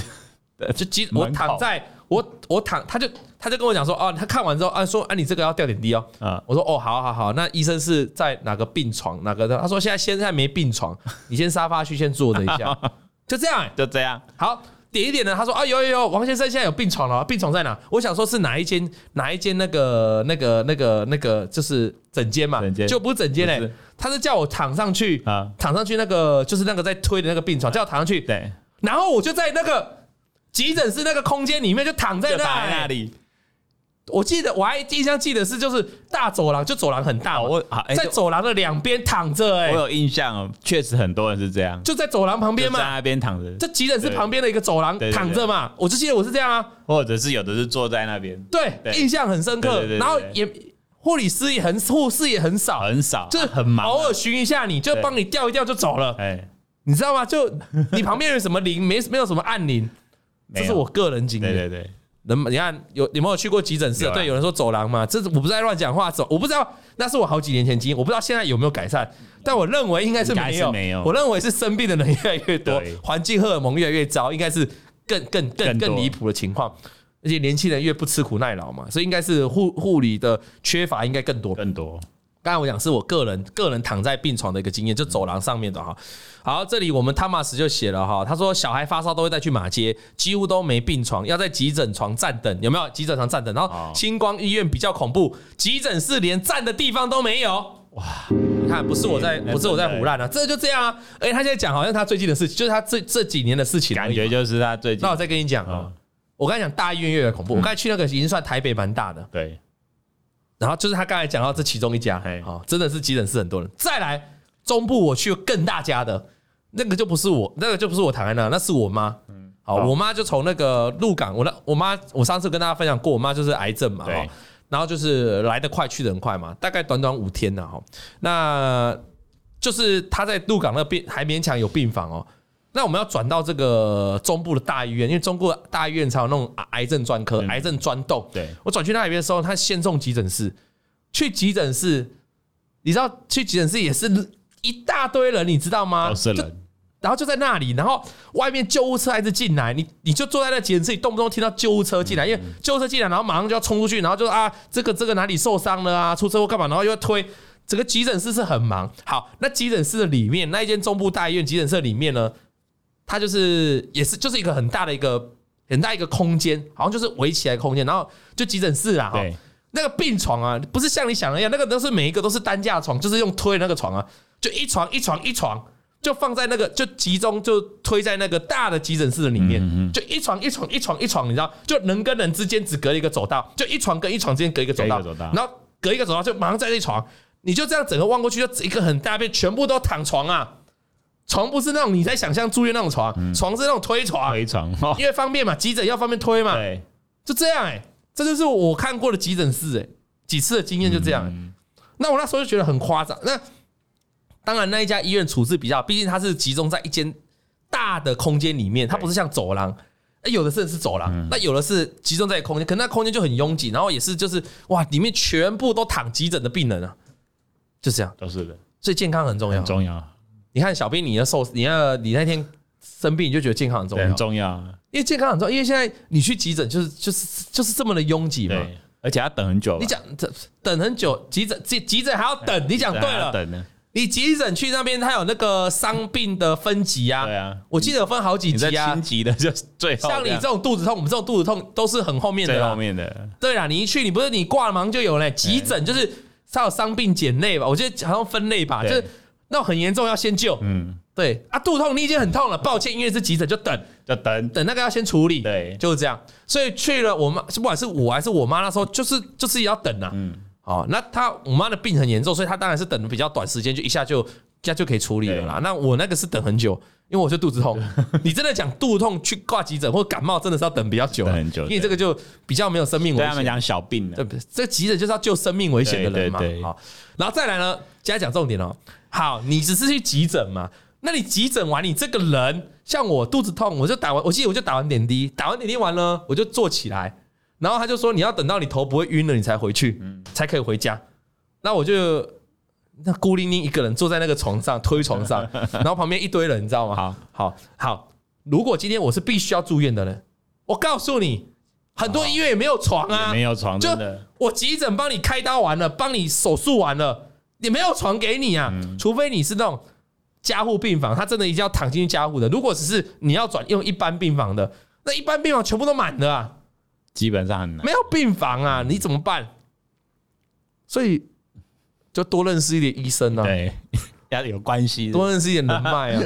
Speaker 2: 就急，
Speaker 1: 门口
Speaker 2: 我躺在我我躺，他就他就跟我讲说，哦，他看完之后啊，说啊，你这个要吊点滴哦。
Speaker 1: 啊，
Speaker 2: 我说哦，好好好，那医生是在哪个病床哪个的？他说现在现在没病床，
Speaker 1: (laughs)
Speaker 2: 你先沙发去先坐着一下，就这样、欸。
Speaker 1: 就这样。
Speaker 2: 好，点一点呢，他说啊，有有有，王先生现在有病床了，病床在哪？我想说是哪一间哪一间那个那个那个那个就是诊间嘛
Speaker 1: 诊，间
Speaker 2: 就不是诊间
Speaker 1: 不
Speaker 2: 嘞
Speaker 1: 是，
Speaker 2: 他是叫我躺上去
Speaker 1: 啊，
Speaker 2: 躺上去那个就是那个在推的那个病床，叫我躺上去，
Speaker 1: 对，
Speaker 2: 然后我就在那个急诊室那个空间里面就躺在
Speaker 1: 就
Speaker 2: 那
Speaker 1: 打在那。里。
Speaker 2: 我记得我还印象记得是就是大走廊，就走廊很大
Speaker 1: 啊，
Speaker 2: 嘛，
Speaker 1: 我啊，哎
Speaker 2: 在
Speaker 1: 就
Speaker 2: 走廊的两边躺着，哎
Speaker 1: 我，有印象哦，确实很多人是这样，
Speaker 2: 就在走廊旁边
Speaker 1: 就在
Speaker 2: 嘛，
Speaker 1: 那边躺着，
Speaker 2: 这急诊室旁边的一个走廊
Speaker 1: 对对对
Speaker 2: 躺着嘛，我就记得我是这样啊，
Speaker 1: 或者是有的是坐在那边，
Speaker 2: 对，
Speaker 1: 对
Speaker 2: 印象很深
Speaker 1: 对
Speaker 2: 刻
Speaker 1: 对对。对
Speaker 2: 然后也护理师也很护士也很少，
Speaker 1: 很少，
Speaker 2: 就是
Speaker 1: 啊很忙
Speaker 2: 偶
Speaker 1: 啊，
Speaker 2: 尔巡一下你，就
Speaker 1: 对
Speaker 2: 帮你调一调就走了，
Speaker 1: 哎，
Speaker 2: 你知道吗？就你旁边有什么铃，没没有什么按铃，
Speaker 1: 没
Speaker 2: 这
Speaker 1: 有
Speaker 2: 是我个人经
Speaker 1: 对
Speaker 2: 验。
Speaker 1: 对对，
Speaker 2: 人你看有你们有去过急诊室？
Speaker 1: 有啊
Speaker 2: 对，有人说走廊嘛，这是我不是在乱讲话，走我不知道那是我好几年前经验，我不知道现在有没有改善，但我认为应该是没
Speaker 1: 应该
Speaker 2: 有，
Speaker 1: 是没有
Speaker 2: 我认为是生病的人 (laughs) 越来越多
Speaker 1: 对，
Speaker 2: 环境荷尔蒙越来越糟，应该是更更更
Speaker 1: 更多
Speaker 2: 更离谱的情况。而且年轻人越不吃苦耐劳嘛，所以应该是护护理的缺乏应该更多。
Speaker 1: 更多，
Speaker 2: 刚才我讲是我个人个人躺在病床的一个经验，就走廊上面的哈。好，这里我们汤马斯就写了哈，他说小孩发烧都会带去马街，几乎都没病床，要在急诊床站等，有没有？急诊床站等，然
Speaker 1: 哦
Speaker 2: 后星光医院比较恐怖，急诊室连站的地方都没有。哇，你看，不是我在，
Speaker 1: 哎
Speaker 2: 不是我在
Speaker 1: 真的
Speaker 2: 胡乱啊，这就这样啊。而且他现在讲好像他最近的事情，就是他这这几年的事情而已
Speaker 1: 感
Speaker 2: 嘛，
Speaker 1: 觉就是他最近
Speaker 2: 那我再跟你讲啊
Speaker 1: 嗯，
Speaker 2: 我刚才讲大医院越来越恐怖，我刚才去那个已经算台北蛮大的，
Speaker 1: 对
Speaker 2: 然后就是他刚才讲到这其中一家，
Speaker 1: 嘿
Speaker 2: 啊，真的是急诊室很多人。再来中部我去更大家的，那个就不是我，那个就不是我躺在那，那是我妈。好，
Speaker 1: 嗯好
Speaker 2: 我妈就从那个鹿港，我那我妈，我上次跟大家分享过，我妈就是癌症嘛，
Speaker 1: 对
Speaker 2: 哈，然后就是来得快去得很快嘛，大概短短五天呐，哦哈，那就是她在鹿港那边还勉强有病房哦。那我们要转到这个中部的大医院，因为中部的大医院才有那种癌癌症专科、
Speaker 1: 嗯
Speaker 2: 癌症专栋。
Speaker 1: 对，
Speaker 2: 我转去那里边的时候，他先送急诊室，去急诊室，你知道去急诊室也是一大堆人，你知道吗？
Speaker 1: 都是
Speaker 2: 就
Speaker 1: 人，
Speaker 2: 然后就在那里，然后外面救护车还是进来，你你就坐在那急诊室，你动不动听到救护车进来，因为救护车进来，然后马上就要冲出去，然后就啊这个这个哪里受伤了啊，出车祸干嘛，然后又要推。整个急诊室是很忙。好，那急诊室的里面那一间中部大医院急诊室的里面呢，它就是也是就是一个很大的一个很大一个空间，好像就是围起来的空间，然后就急诊室啊，哈
Speaker 1: 对，
Speaker 2: 那个病床啊，不是像你想的一样，那个都是每一个都是担架床，就是用推的那个床啊，就一床一床一床，就放在那个就集中就推在那个大的急诊室的里面，就一床一床一床一床，你知道，就人跟人之间只隔一个走道，就一床跟一床之间隔一个走道，
Speaker 1: 隔一个走道
Speaker 2: 然后隔一个走道就马上在一床，你就这样整个望过去，就一个很大片，全部都躺床啊，床不是那种你在想象住院那种床，床是那种推床，
Speaker 1: 推床
Speaker 2: (laughs)
Speaker 1: 哦，
Speaker 2: 因为方便嘛，急诊要方便推嘛，
Speaker 1: 对，
Speaker 2: 就这样哎、这就是我看过的急诊室哎、几次的经验就这样、欸那我那时候就觉得很夸张。那当然那一家医院处置比较，毕竟它是集中在一间大的空间里面，它不是像走廊。哎有的甚至是走廊，那有的是集中在空间，可那空间就很拥挤，然后也是就是哇，里面全部都躺急诊的病人啊，就这样，
Speaker 1: 都是人，
Speaker 2: 所以健康很重要
Speaker 1: 很。重要，啊
Speaker 2: 你看小兵，你要受，你要你那天生病，你就觉得健康很重要
Speaker 1: 很，重要，啊
Speaker 2: 因为健康很重要，因为现在你去急诊就是就是就是这么的拥挤嘛，
Speaker 1: 对，而且要等很久吧，
Speaker 2: 啊你讲这等很久，急诊急急诊还要等，你讲对
Speaker 1: 哎还要
Speaker 2: 了。
Speaker 1: 等呢，
Speaker 2: 你急诊去那边，它有那个伤病的分级啊。
Speaker 1: 对啊
Speaker 2: 我记得有分好几
Speaker 1: 你在
Speaker 2: 级啊
Speaker 1: 心。急的就是最后
Speaker 2: 像你
Speaker 1: 样
Speaker 2: 这种肚子痛，我们这种肚子痛都是很后面的啊
Speaker 1: 最后
Speaker 2: 啦。
Speaker 1: 面的，
Speaker 2: 对啦，你一去，你不是你挂了忙就有嘞。急诊就是它有伤病检类吧，我记得好像分类吧，就
Speaker 1: 对
Speaker 2: 是那种很严重要先救。
Speaker 1: 嗯，
Speaker 2: 对啊，肚子痛你已经很痛了，抱歉，因为是急诊就等。
Speaker 1: 就等，
Speaker 2: 等那个要先处理，
Speaker 1: 对
Speaker 2: 就是这样。所以去了我妈，不管是我还是我妈那时候，就是就是也要等啊。嗯，哦，那她我妈的病很严重，所以她当然是等的比较短时间，就一下就一下就可以处理了啦。那我那个是等很久，因为我就肚
Speaker 1: (laughs)
Speaker 2: 子痛。你真的讲肚子痛去挂急诊或感冒，真的是要等比较久啊，
Speaker 1: 等很久
Speaker 2: 因为这个就比较没有生命危
Speaker 1: 对他们
Speaker 2: 险。
Speaker 1: 讲小病
Speaker 2: 对
Speaker 1: 的，
Speaker 2: 不对，这急诊就是要救生命危险的人嘛
Speaker 1: 对对。对
Speaker 2: 好，然后再来呢，现在讲重点哦。好，你只是去急诊嘛？那你急诊完，你这个人，像我肚子痛，我就打完，我记得我就打完点滴，打完点滴完呢，我就坐起来，然后他就说你要等到你头不会晕了，你才回去，
Speaker 1: 嗯
Speaker 2: 才可以回家。那我就那孤零零一个人坐在那个床上推床上，然后旁边一堆人，你知道吗？
Speaker 1: 好，
Speaker 2: 好好，如果今天我是必须要住院的人，我告诉你，很多医院也没有床啊，
Speaker 1: 没有床
Speaker 2: 就
Speaker 1: 真的，
Speaker 2: 我急诊帮你开刀完了，帮你手术完了，也没有床给你啊，
Speaker 1: 嗯
Speaker 2: 除非你是那种加护病房，他真的一定要躺进去加护的。如果只是你要转用一般病房的，那一般病房全部都满的啊，
Speaker 1: 基本上很难，
Speaker 2: 没有病房啊，
Speaker 1: 嗯
Speaker 2: 你怎么办？所以就多认识一点医生啊，
Speaker 1: 对，
Speaker 2: (laughs)
Speaker 1: 要有关系，
Speaker 2: 多认识一点人脉
Speaker 1: (laughs)
Speaker 2: 啊，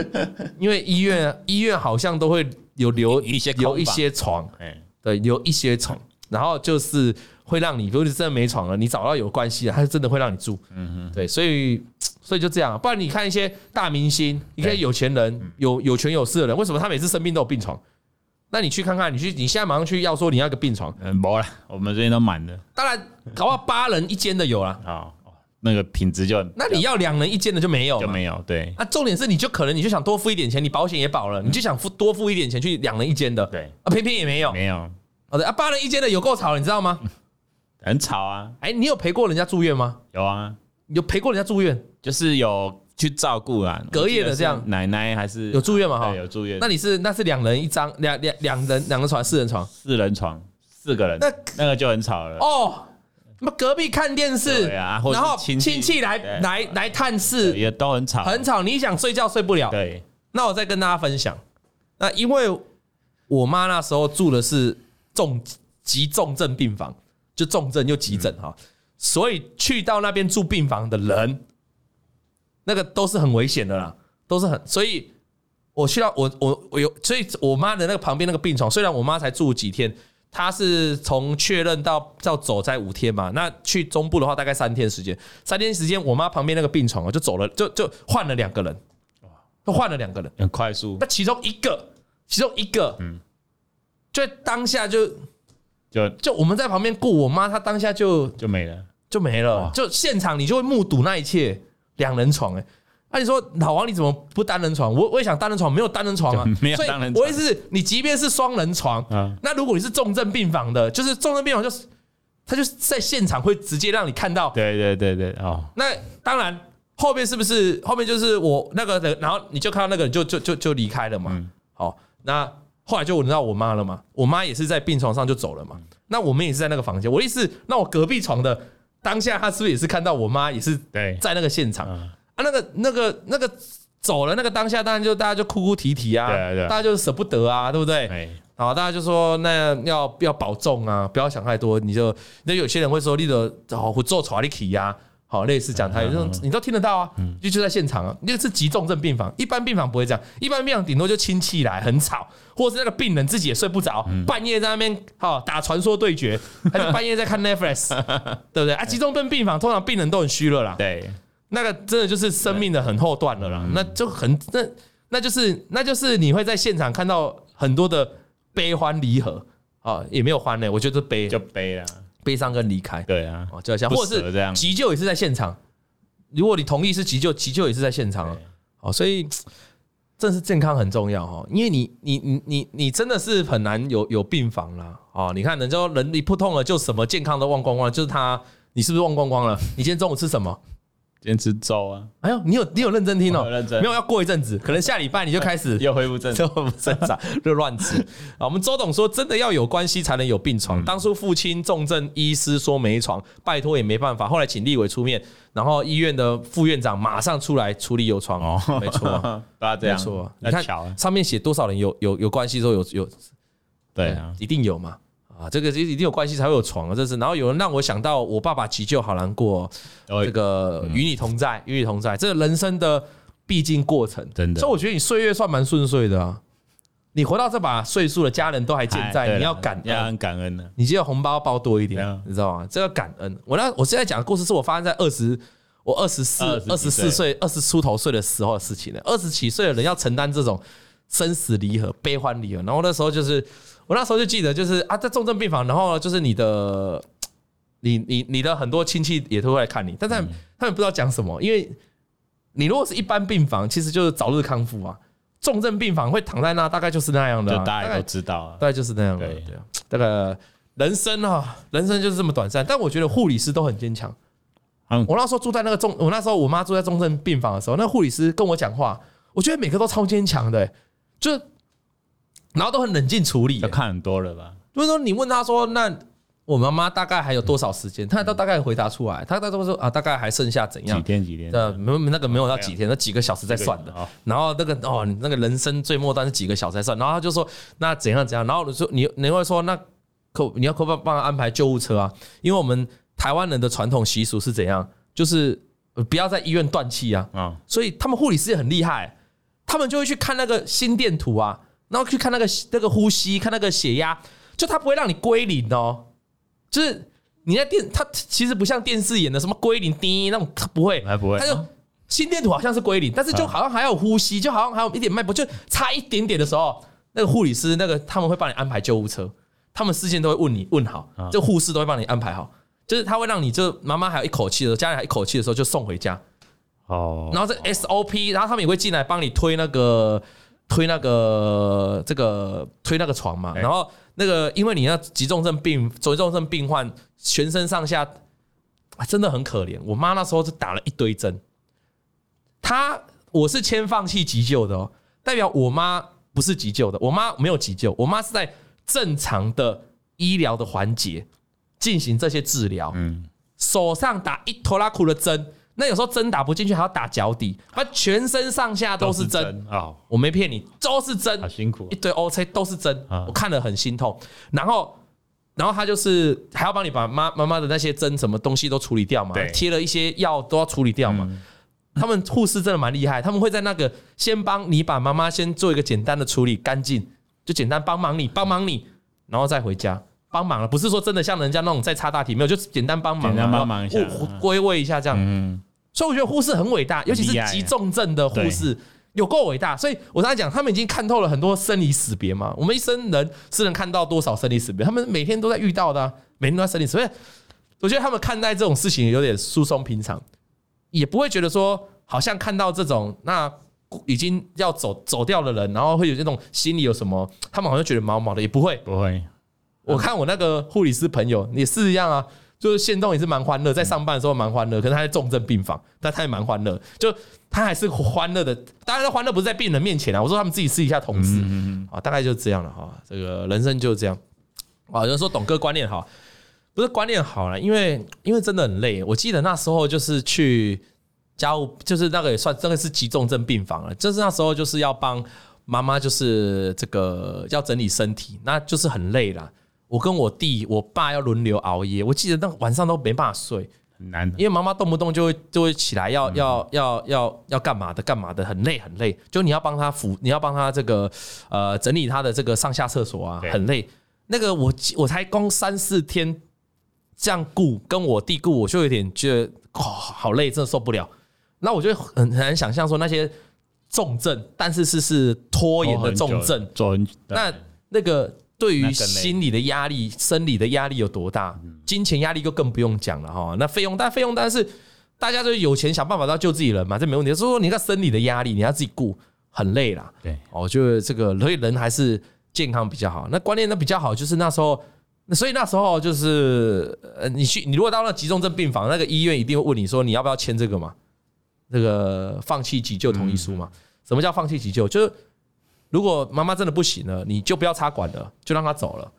Speaker 2: 因为医院医院好像都会有留
Speaker 1: 一些空
Speaker 2: 留一
Speaker 1: 房
Speaker 2: 些床，
Speaker 1: 哎，
Speaker 2: 对，留一些床，然后就是会让你，如果你真的没床了，你找到有关系的，他是真的会让你住。嗯对，所以所以就这样，啊不然你看一些大明星，一些
Speaker 1: 对
Speaker 2: 有钱人，有有权有势的人，为什么他每次生病都有病床？那你去看看，你去，你现在马上去要说你要一个病床，
Speaker 1: 嗯，没了，我们这边都满的，
Speaker 2: 当然搞不好八人一间的有啦，
Speaker 1: 啊，哦那个品质就很
Speaker 2: 那你要两人一间的就没有
Speaker 1: 就
Speaker 2: 嘛。
Speaker 1: 没有，对
Speaker 2: 啊，重点是你就可能你就想多付一点钱，你保险也保了，你就想付多付一点钱去两人一间的，
Speaker 1: 对，
Speaker 2: 啊，偏偏也没嗯有。
Speaker 1: 没有，
Speaker 2: 好的啊，八人一间的有够吵，你知道吗？
Speaker 1: 很吵啊，
Speaker 2: 哎，你有陪过人家住院吗？
Speaker 1: 有啊，
Speaker 2: 有陪过人家住院，
Speaker 1: 就是有去照顾啊，
Speaker 2: 隔夜的这样
Speaker 1: 我记得是奶奶还是
Speaker 2: 有住院吗？哈
Speaker 1: 对，有住院，
Speaker 2: 那你是那是两人一张，两两两人两个床，四人床
Speaker 1: 四人床，四个人，
Speaker 2: 那
Speaker 1: 那个就很吵了，
Speaker 2: 哦。那么隔壁看电视，
Speaker 1: 对啊或是
Speaker 2: 然后
Speaker 1: 亲
Speaker 2: 亲
Speaker 1: 戚
Speaker 2: 戚来
Speaker 1: 对
Speaker 2: 来来探视，
Speaker 1: 也都很吵，
Speaker 2: 很吵，你想睡觉睡不了。
Speaker 1: 对，
Speaker 2: 那我再跟大家分享，那因为我妈那时候住的是重急重症病房，就重症又急诊哈，所以去到那边住病房的人，那个都是很危险的啦，都是很，所以我去到我我我有，所以我妈的那个旁边那个病床，虽然我妈才住几天。她是从确认到到走在五天嘛，那去中部的话大概三天时间，三天时间我妈旁边那个病床啊就走了，就就换了两个人，就换了两个人，
Speaker 1: 很快速
Speaker 2: 那其中一个，其中一个，嗯，就当下就
Speaker 1: 就
Speaker 2: 就我们在旁边顾我妈，她当下就
Speaker 1: 就没了。
Speaker 2: 就没了，就现场你就会目睹那一切，两人床哎、欸。那、你说老王你怎么不单人床？我我也想单人床，没有单人床啊，
Speaker 1: (laughs) 没有单人床
Speaker 2: 所以我意思是，你即便是双人床，
Speaker 1: 嗯
Speaker 2: 那如果你是重症病房的，就是重症病房就是，他就是在现场会直接让你看到。
Speaker 1: 对对对对，哦，
Speaker 2: 那当然后面是不是后面就是我那个人，然后你就看到那个人就就就就离开了嘛。
Speaker 1: 嗯
Speaker 2: 好，那后来就轮到我妈了嘛，我妈也是在病床上就走了嘛。那我们也是在那个房间，我的意思，那我隔壁床的当下，她是不是也是看到我妈也是
Speaker 1: 对，
Speaker 2: 在那个现场啊？
Speaker 1: 嗯，
Speaker 2: 那个那个那个走了那个当下，当然就大家就哭哭啼啼啊，
Speaker 1: 对啊对啊
Speaker 2: 大家就舍不得啊，对不对？
Speaker 1: 哎，
Speaker 2: 好，大家就说那要要保重啊，不要想太多。你就那有些人会说，你的哦，我做查理奇呀，好类似讲台语，这种你都听得到啊，就就在现场啊。那个是急重症病房，一般病房不会这样，一般病房顶多就亲戚来很吵，或者是那个病人自己也睡不着，半夜在那边好打传说对决，还是半夜在看 Netflix，对不对？啊，急重症病房通常病人都很虚弱啦，
Speaker 1: 对，
Speaker 2: 那个真的就是生命的很后段了啦，那就很那那就是那就是你会在现场看到很多的悲欢离合啊，也没有欢呢、我觉得悲
Speaker 1: 就悲了，
Speaker 2: 悲伤跟离开
Speaker 1: 对啊，
Speaker 2: 啊，就好像
Speaker 1: 不
Speaker 2: 或
Speaker 1: 舍
Speaker 2: 者
Speaker 1: 这样
Speaker 2: 是急救也是在现场，如果你同意是急救，急救也是在现场啊
Speaker 1: 对，
Speaker 2: 哦，所以正是健康很重要哈，因为你你你你你真的是很难有有病房啦哦，你看人家人一不痛了，就什么健康都忘光光了，就是他，你是不是忘光光了？你今天中午吃什么？
Speaker 1: 今天吃粥啊，
Speaker 2: 哎呦，你有你有认真听哦、
Speaker 1: 我有认真
Speaker 2: 没有要过一阵子，可能下礼拜 (laughs) 你就
Speaker 1: (laughs)
Speaker 2: 开始
Speaker 1: 又恢复正
Speaker 2: 这
Speaker 1: 常，
Speaker 2: 么不正常， (laughs) 就乱吃啊。我们周董说，真的要有关系才能有病
Speaker 1: 嗯
Speaker 2: 床。当初父亲重症，医师说没床，拜托也没办法。后来请立委出面，然后医院的副院长马上出来处理有床，
Speaker 1: 哦
Speaker 2: 没
Speaker 1: (laughs)
Speaker 2: 错啊，
Speaker 1: 都要这
Speaker 2: 没
Speaker 1: 样，
Speaker 2: 错啊。你
Speaker 1: 要
Speaker 2: 看
Speaker 1: 巧啊，
Speaker 2: 上面写多少人有有有关系都有有呃
Speaker 1: 对啊，
Speaker 2: 一定有嘛。啊，这个就一定有关系才会有床啊，这是。然后有人让我想到我爸爸急救好难过、哦，
Speaker 1: 都会嗯
Speaker 2: 这个与你同在，与你同在，这个人生的必经过程，
Speaker 1: 真的
Speaker 2: 所以我觉得你岁月算蛮顺遂的啊。你活到这把岁数了，家人都还健
Speaker 1: 哎对
Speaker 2: 在，
Speaker 1: 啦
Speaker 2: 你要感
Speaker 1: 要
Speaker 2: 恩，啊
Speaker 1: 很感恩的，
Speaker 2: 你记得红包包多一
Speaker 1: 对
Speaker 2: 点
Speaker 1: 啊，
Speaker 2: 你知道吗？这个感恩。我那我现在讲的故事是我发生在二十，我二十四、
Speaker 1: 20
Speaker 2: 二十四岁、二十出头岁的时候的事情了。二十几岁的人要承担这种生死离合、悲欢离合。然后那时候就是，我那时候就记得，就是啊，在重症病房，然后就是你的你你你的很多亲戚也都会来看你，但他们、他们不知道讲什么，因为你如果是一般病房，其实就是早日康复啊。重症病房会躺在那，大概就是那样的
Speaker 1: 就
Speaker 2: 啊、
Speaker 1: 大家
Speaker 2: 概
Speaker 1: 也都知道啊
Speaker 2: 大，概就是那样的。
Speaker 1: 对
Speaker 2: 对啊，这个人生啊，人生就是这么短暂。但我觉得护理师都很坚强。
Speaker 1: 嗯
Speaker 2: 我那时候住在那个重，我那时候我妈住在重症病房的时候，那护理师跟我讲话，我觉得每个都超坚强的、欸就然后都很冷静处理、
Speaker 1: 要
Speaker 2: 欸。
Speaker 1: 看很多了吧？
Speaker 2: 就是说，你问他说，那我妈妈大概还有多少时间？他都大概回答出来，他大概都说啊，大概还剩下怎
Speaker 1: 嗯几
Speaker 2: 样？
Speaker 1: 天几哦天，
Speaker 2: 呃，没有那个没有到几天，那几个小时再算的。
Speaker 1: 哦，
Speaker 2: 然后那个哦，你那个人生最末端是几个小时才算，然后他就说那怎样怎样，然后我说你你会说那可你要可不可以帮他安排救护车啊？因为我们台湾人的传统习俗是怎样，就是呃不要在医院断气啊，
Speaker 1: 哦，
Speaker 2: 所以他们护理师也很厉害，他们就会去看那个心电图啊，然后去看那个那个呼吸，看那个血压，就他不会让你归零哦，就是你在电，他其实不像电视演的什么归零滴那种，他不会，
Speaker 1: 还不会啊
Speaker 2: 他，就心电图好像是归零，但是就好像还有呼吸，就好像还有一点脉搏，就差一点点的时候，那个护理师那个他们会帮你安排救护车，他们事先都会问你问好，
Speaker 1: 啊
Speaker 2: 这护士都会帮你安排好，就是他会让你就妈妈还有一口气的时候，家里还有一口气的时候就送回家，
Speaker 1: 哦，
Speaker 2: 然后这 SOP，然后他们也会进来帮你推那个推那个这个推那个床嘛，
Speaker 1: 哎
Speaker 2: 然后那个因为你要急重症病急重症病患全身上下、啊真的很可怜，我妈那时候是打了一堆针，她我是先放弃急救的哦，代表我妈不是急救的，我妈没有急救，我妈是在正常的医疗的环节进行这些治疗，
Speaker 1: 嗯，
Speaker 2: 手上打一拖拉苦的针，那有时候针打不进去还要打脚底，他全身上下都是针。
Speaker 1: 哦，
Speaker 2: 我没骗你，都是针
Speaker 1: 好，辛苦
Speaker 2: 一堆 OC 都是针
Speaker 1: 啊，
Speaker 2: 我看了很心痛。然后，然后他就是还要帮你把妈妈妈的那些针什么东西都处理掉嘛
Speaker 1: 对，嗯
Speaker 2: 贴了一些药都要处理掉嘛。他们护士真的蛮厉害，他们会在那个先帮你把妈妈先做一个简单的处理，干净就简单帮忙你帮忙你，然后再回家帮忙了，不是说真的像人家那种在擦大体没有，就简单帮忙啊，
Speaker 1: 简单帮忙一下
Speaker 2: 然后顾归位一下这样。
Speaker 1: 嗯，
Speaker 2: 所以我觉得护士很伟大，尤其是
Speaker 1: 很厉害啊
Speaker 2: 急重症的护士有够伟大。所以我刚才讲，他们已经看透了很多生离死别嘛。我们一生人是能看到多少生离死别？他们每天都在遇到的啊、每天都在生离死别。我觉得他们看待这种事情有点疏松平常，也不会觉得说好像看到这种那已经要走走掉的人，然后会有这种心里有什么，他们好像觉得毛毛的，也不会。
Speaker 1: 不会，
Speaker 2: 我看我那个护理师朋友也是一样啊，就是线动也是蛮欢乐，在上班的时候蛮欢乐，可是他在重症病房，但他也蛮欢乐，就他还是欢乐的。当然，欢乐不是在病人面前啊，我说他们自己私底下同事啊，大概就这样了哈。这个人生就这样啊。有人说董哥观念好，不是观念好了，因为因为真的很累。我记得那时候就是去家务，就是那个也算真的是急重症病房了，就是那时候就是要帮妈妈，就是这个要整理身体，那就是很累啦。我跟我弟、我爸要轮流熬夜，我记得那晚上都没办法睡，
Speaker 1: 很难的。
Speaker 2: 因为妈妈动不动就会就会起来要、
Speaker 1: 嗯
Speaker 2: 要要要要干嘛的干嘛的，很累很累。就你要帮她扶，你要帮她这个呃整理她的这个上下厕所啊，
Speaker 1: 对
Speaker 2: 很累。那个我我才光三四天这样顾，跟我弟顾，我就有点觉得哦好累，真的受不了。那我就很很难想象说那些重症，但是是是拖延的重症，
Speaker 1: 做很
Speaker 2: 那那个对
Speaker 1: 那
Speaker 2: 于
Speaker 1: 更累嗯
Speaker 2: 心理的压力、生理的压力有多大？金钱压力就更不用讲了哈。那费用，但费用当然是大家就是有钱想办法都要救自己人嘛，这没问题。所以说你看生理的压力，你要自己顾，很累啦。
Speaker 1: 对，
Speaker 2: 哦我觉得这个所以人还是健康比较好。那观念呢比较好，就是那时候，所以那时候就是呃，你去你如果到那急重症病房，那个医院一定会问你说你要不要签这个嘛，那个放弃急救同意书嘛。什么叫放弃急救？就是如果妈妈真的不行了，你就不要插管了，就让她走了。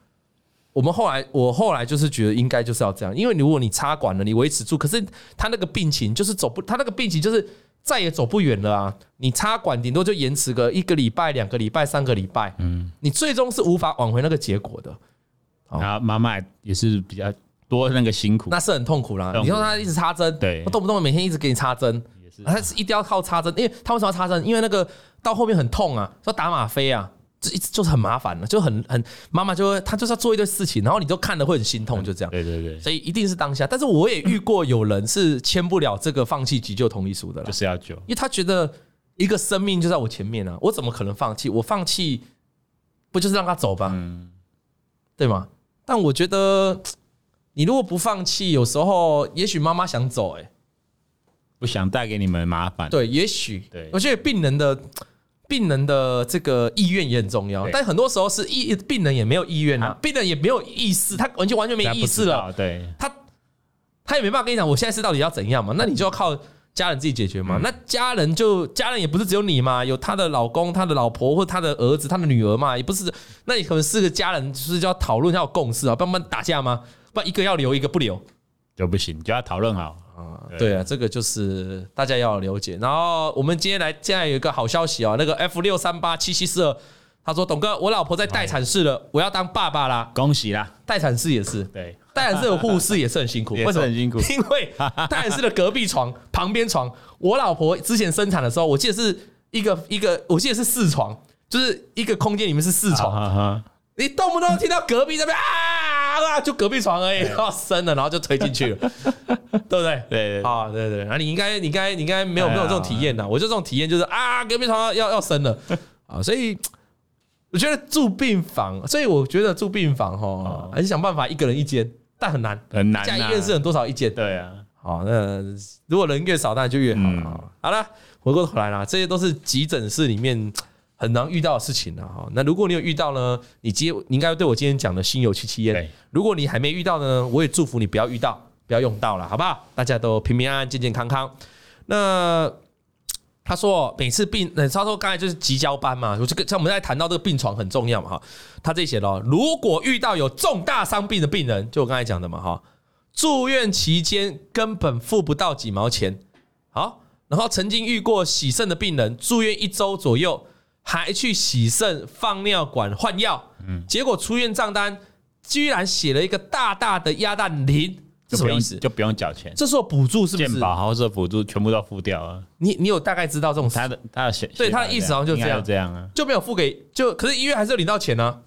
Speaker 2: 我们后来，我后来就是觉得应该就是要这样，因为如果你插管了，你维持住，可是他那个病情就是走不，他那个病情就是再也走不远了啊！你插管顶多就延迟个一个礼拜、两个礼拜、三个礼拜，嗯，你最终是无法挽回那个结果的，
Speaker 1: 然后妈妈也是比较多那个辛苦，
Speaker 2: 那是很痛苦啦。
Speaker 1: 痛苦
Speaker 2: 你说他一直插针，
Speaker 1: 对
Speaker 2: 动不动每天一直给你插针，
Speaker 1: 也是
Speaker 2: 他是一定要靠插针，因为他为什么要插针？因为那个到后面很痛啊，说打吗啡啊，这一直就是很麻烦了，啊就很很妈妈就会她就是要做一堆事情，然后你就看了会很心痛，就这样。
Speaker 1: 对对对，
Speaker 2: 所以一定是当下。但是我也遇过有人是签不了这个放弃急救同意书的啦
Speaker 1: 就，是要救，
Speaker 2: 因为他觉得一个生命就在我前面啊，我怎么可能放弃？我放弃不就是让他走吧，
Speaker 1: 嗯，
Speaker 2: 对吗？但我觉得你如果不放弃，有时候也许妈妈想走、欸，
Speaker 1: 不想带给你们麻烦，
Speaker 2: 对，也许，
Speaker 1: 对
Speaker 2: 我觉得病人的病人的这个意愿也很重要，
Speaker 1: 对
Speaker 2: 但很多时候是意病人也没有意愿啊，病人也没有意识，他完全完全没
Speaker 1: 大家
Speaker 2: 意
Speaker 1: 不
Speaker 2: 识
Speaker 1: 知
Speaker 2: 了，
Speaker 1: 道，对，
Speaker 2: 他他也没办法跟你讲我现在是到底要怎样嘛，那你就要靠家人自己解决嘛。那家人就家人也不是只有你嘛，有她的老公、她的老婆或她的儿子、她的女儿嘛，也不是。那你可能四个家人就是就要讨论，要有共识啊，不然不然打架吗？不然一个要留，一个不留。
Speaker 1: 就不行，就要讨论好，
Speaker 2: 啊，
Speaker 1: 对
Speaker 2: 对啊，这个就是大家要了解。然后我们今天来，现在有一个好消息哦，那个 F 六三八七七四二，他说：“董哥，我老婆在待产室了，我要当爸爸啦。
Speaker 1: 恭喜啦，”
Speaker 2: 待产室也是，
Speaker 1: 对， (laughs)
Speaker 2: 待产室的护士也是很辛苦，
Speaker 1: 也
Speaker 2: 为
Speaker 1: 是
Speaker 2: 什么
Speaker 1: 很？辛苦，
Speaker 2: 因为
Speaker 1: (laughs)
Speaker 2: 待产室的隔壁床、旁边床，我老婆之前生产的时候，我记得是一个一个，我记得是四床，就是一个空间里面是四床，
Speaker 1: 啊哈哈，
Speaker 2: 你动不动听到隔壁这边啊啊，就隔壁床而已，然后生了，然后就推进
Speaker 1: (laughs)
Speaker 2: 去了，对不对？
Speaker 1: 对对对
Speaker 2: 啊，对对，然后你应该你应该你应该没有
Speaker 1: 哎呀
Speaker 2: 没有这种体验呐，我就这种体验就是啊，隔壁床要要生
Speaker 1: (laughs)
Speaker 2: 了啊，所以我觉得住病房，所以我觉得住病房哈，还是想办法一个人一间，但很难。
Speaker 1: 很啊难，啊
Speaker 2: 家医院是，有多少一间？
Speaker 1: 对啊，
Speaker 2: 好，那如果人越少，当然就越好了。
Speaker 1: 嗯
Speaker 2: 好了，回过头来啦，这些都是急诊室里面很难遇到的事情了哈。那如果你有遇到呢，你接你应该对我今天讲的心有戚戚焉
Speaker 1: 对。
Speaker 2: 如果你还没遇到呢，我也祝福你不要遇到，不要用到了，好不好？大家都平平安安、健健康康。那他说每次病，呃，他说刚才就是急交班嘛，我这个像我们在谈到这个病床很重要嘛哈。他这里写了哦，如果遇到有重大伤病的病人，就我刚才讲的嘛哈，住院期间根本付不到几毛钱。好，然后曾经遇过洗肾的病人，住院一周左右，还去洗肾、放尿管、换药，嗯，结果出院账单居然写了一个大大的鸭蛋零，这
Speaker 1: 就
Speaker 2: 什
Speaker 1: 不
Speaker 2: 么
Speaker 1: 用
Speaker 2: 意思？
Speaker 1: 就不用缴钱，
Speaker 2: 这时候补助是不
Speaker 1: 健
Speaker 2: 是？
Speaker 1: 保、好社辅助全部都付掉了。
Speaker 2: 你你有大概知道这种
Speaker 1: 他的他的写，
Speaker 2: 对他的意思好像就
Speaker 1: 应
Speaker 2: 这
Speaker 1: 该
Speaker 2: 样
Speaker 1: 就这样啊。
Speaker 2: 就没有付给就，可是医院还是有领到钱呢、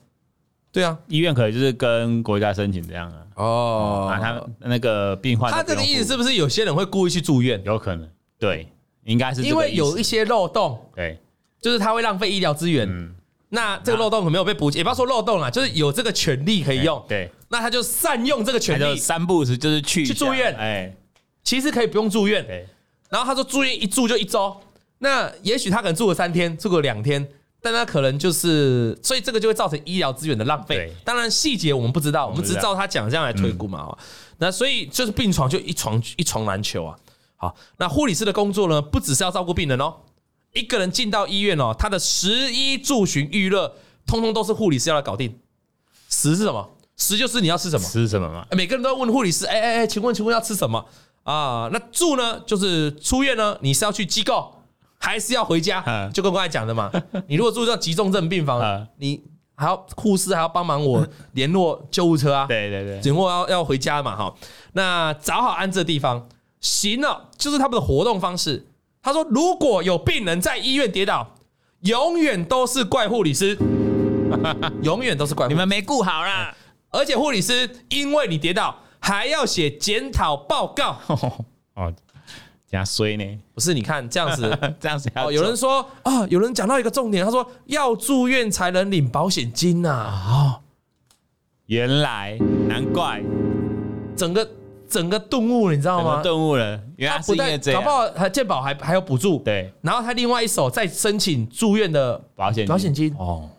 Speaker 2: 对啊，
Speaker 1: 医院可能就是跟国家申请这样啊，
Speaker 2: 哦
Speaker 1: 啊，他那个病患
Speaker 2: 他
Speaker 1: 都
Speaker 2: 这
Speaker 1: 不
Speaker 2: 个
Speaker 1: 用
Speaker 2: 意思
Speaker 1: 付
Speaker 2: 是不是有些人会故意去住院？
Speaker 1: 有可能对，应该是这
Speaker 2: 因
Speaker 1: 个
Speaker 2: 为
Speaker 1: 意
Speaker 2: 有
Speaker 1: 思
Speaker 2: 一些漏洞，
Speaker 1: 对，
Speaker 2: 就是他会浪费医疗资源。
Speaker 1: 嗯，
Speaker 2: 那这个漏洞可没有被补，也不要说漏洞啦，就是有这个权利可以用，
Speaker 1: 对，
Speaker 2: 那他就善用这个
Speaker 1: 他
Speaker 2: 权
Speaker 1: 就
Speaker 2: 利，
Speaker 1: 三不五时就是去一
Speaker 2: 去
Speaker 1: 下
Speaker 2: 住院
Speaker 1: 哎，
Speaker 2: 其实可以不用住院。
Speaker 1: 对，
Speaker 2: 然后他说住院一住就一周，那也许他可能住了三天，住个两天，但他可能就是，所以这个就会造成医疗资源的浪费
Speaker 1: 对。
Speaker 2: 当然细节我们不知道，我们
Speaker 1: 不
Speaker 2: 只
Speaker 1: 知
Speaker 2: 是
Speaker 1: 道
Speaker 2: 照他讲这样来推估嘛。哦那所以就是病床就一床一床难求啊。好，那护理师的工作呢，不只是要照顾病人哦，一个人进到医院哦，他的食衣住行娱乐，通通都是护理师要来搞定。食是什么？食就是你要吃什么。
Speaker 1: 吃什么嘛？
Speaker 2: 每个人都要问护理师，哎哎哎，请问请问要吃什么啊？那住呢，就是出院呢，你是要去机构还是要回家？
Speaker 1: 嗯
Speaker 2: 就跟我刚才讲的嘛，你如果住到急重症病房
Speaker 1: 嗯，
Speaker 2: 你还要护士还要帮忙我联络救护车啊，
Speaker 1: 对对对，
Speaker 2: 紧握要要回家嘛哈。那找好安置的地方，行了，就是他们的活动方式。他说，如果有病人在医院跌倒，永远都是怪护理师，永远都是怪护
Speaker 1: 你
Speaker 2: 理师
Speaker 1: 们没顾好啦，
Speaker 2: 而且护理师因为你跌倒，还要写检讨报告。
Speaker 1: (laughs) 哦，这样衰呢？ (laughs)
Speaker 2: 不是，你看这样 (laughs) 子
Speaker 1: 这样子要
Speaker 2: 哦，有人
Speaker 1: 做
Speaker 2: 说啊，有人讲到一个重点，他说要住院才能领保险金呐、哦，
Speaker 1: 原来难怪
Speaker 2: 整个整个顿悟，你知道
Speaker 1: 怎么
Speaker 2: 吗？
Speaker 1: 顿悟了，原来
Speaker 2: 他
Speaker 1: 是
Speaker 2: 哦啊不
Speaker 1: 因
Speaker 2: 但
Speaker 1: 为这
Speaker 2: 搞不
Speaker 1: 样，
Speaker 2: 好还健保还还有补助，
Speaker 1: 对，
Speaker 2: 然后他另外一手再申请住院的，
Speaker 1: 保险
Speaker 2: 保险金
Speaker 1: 哦，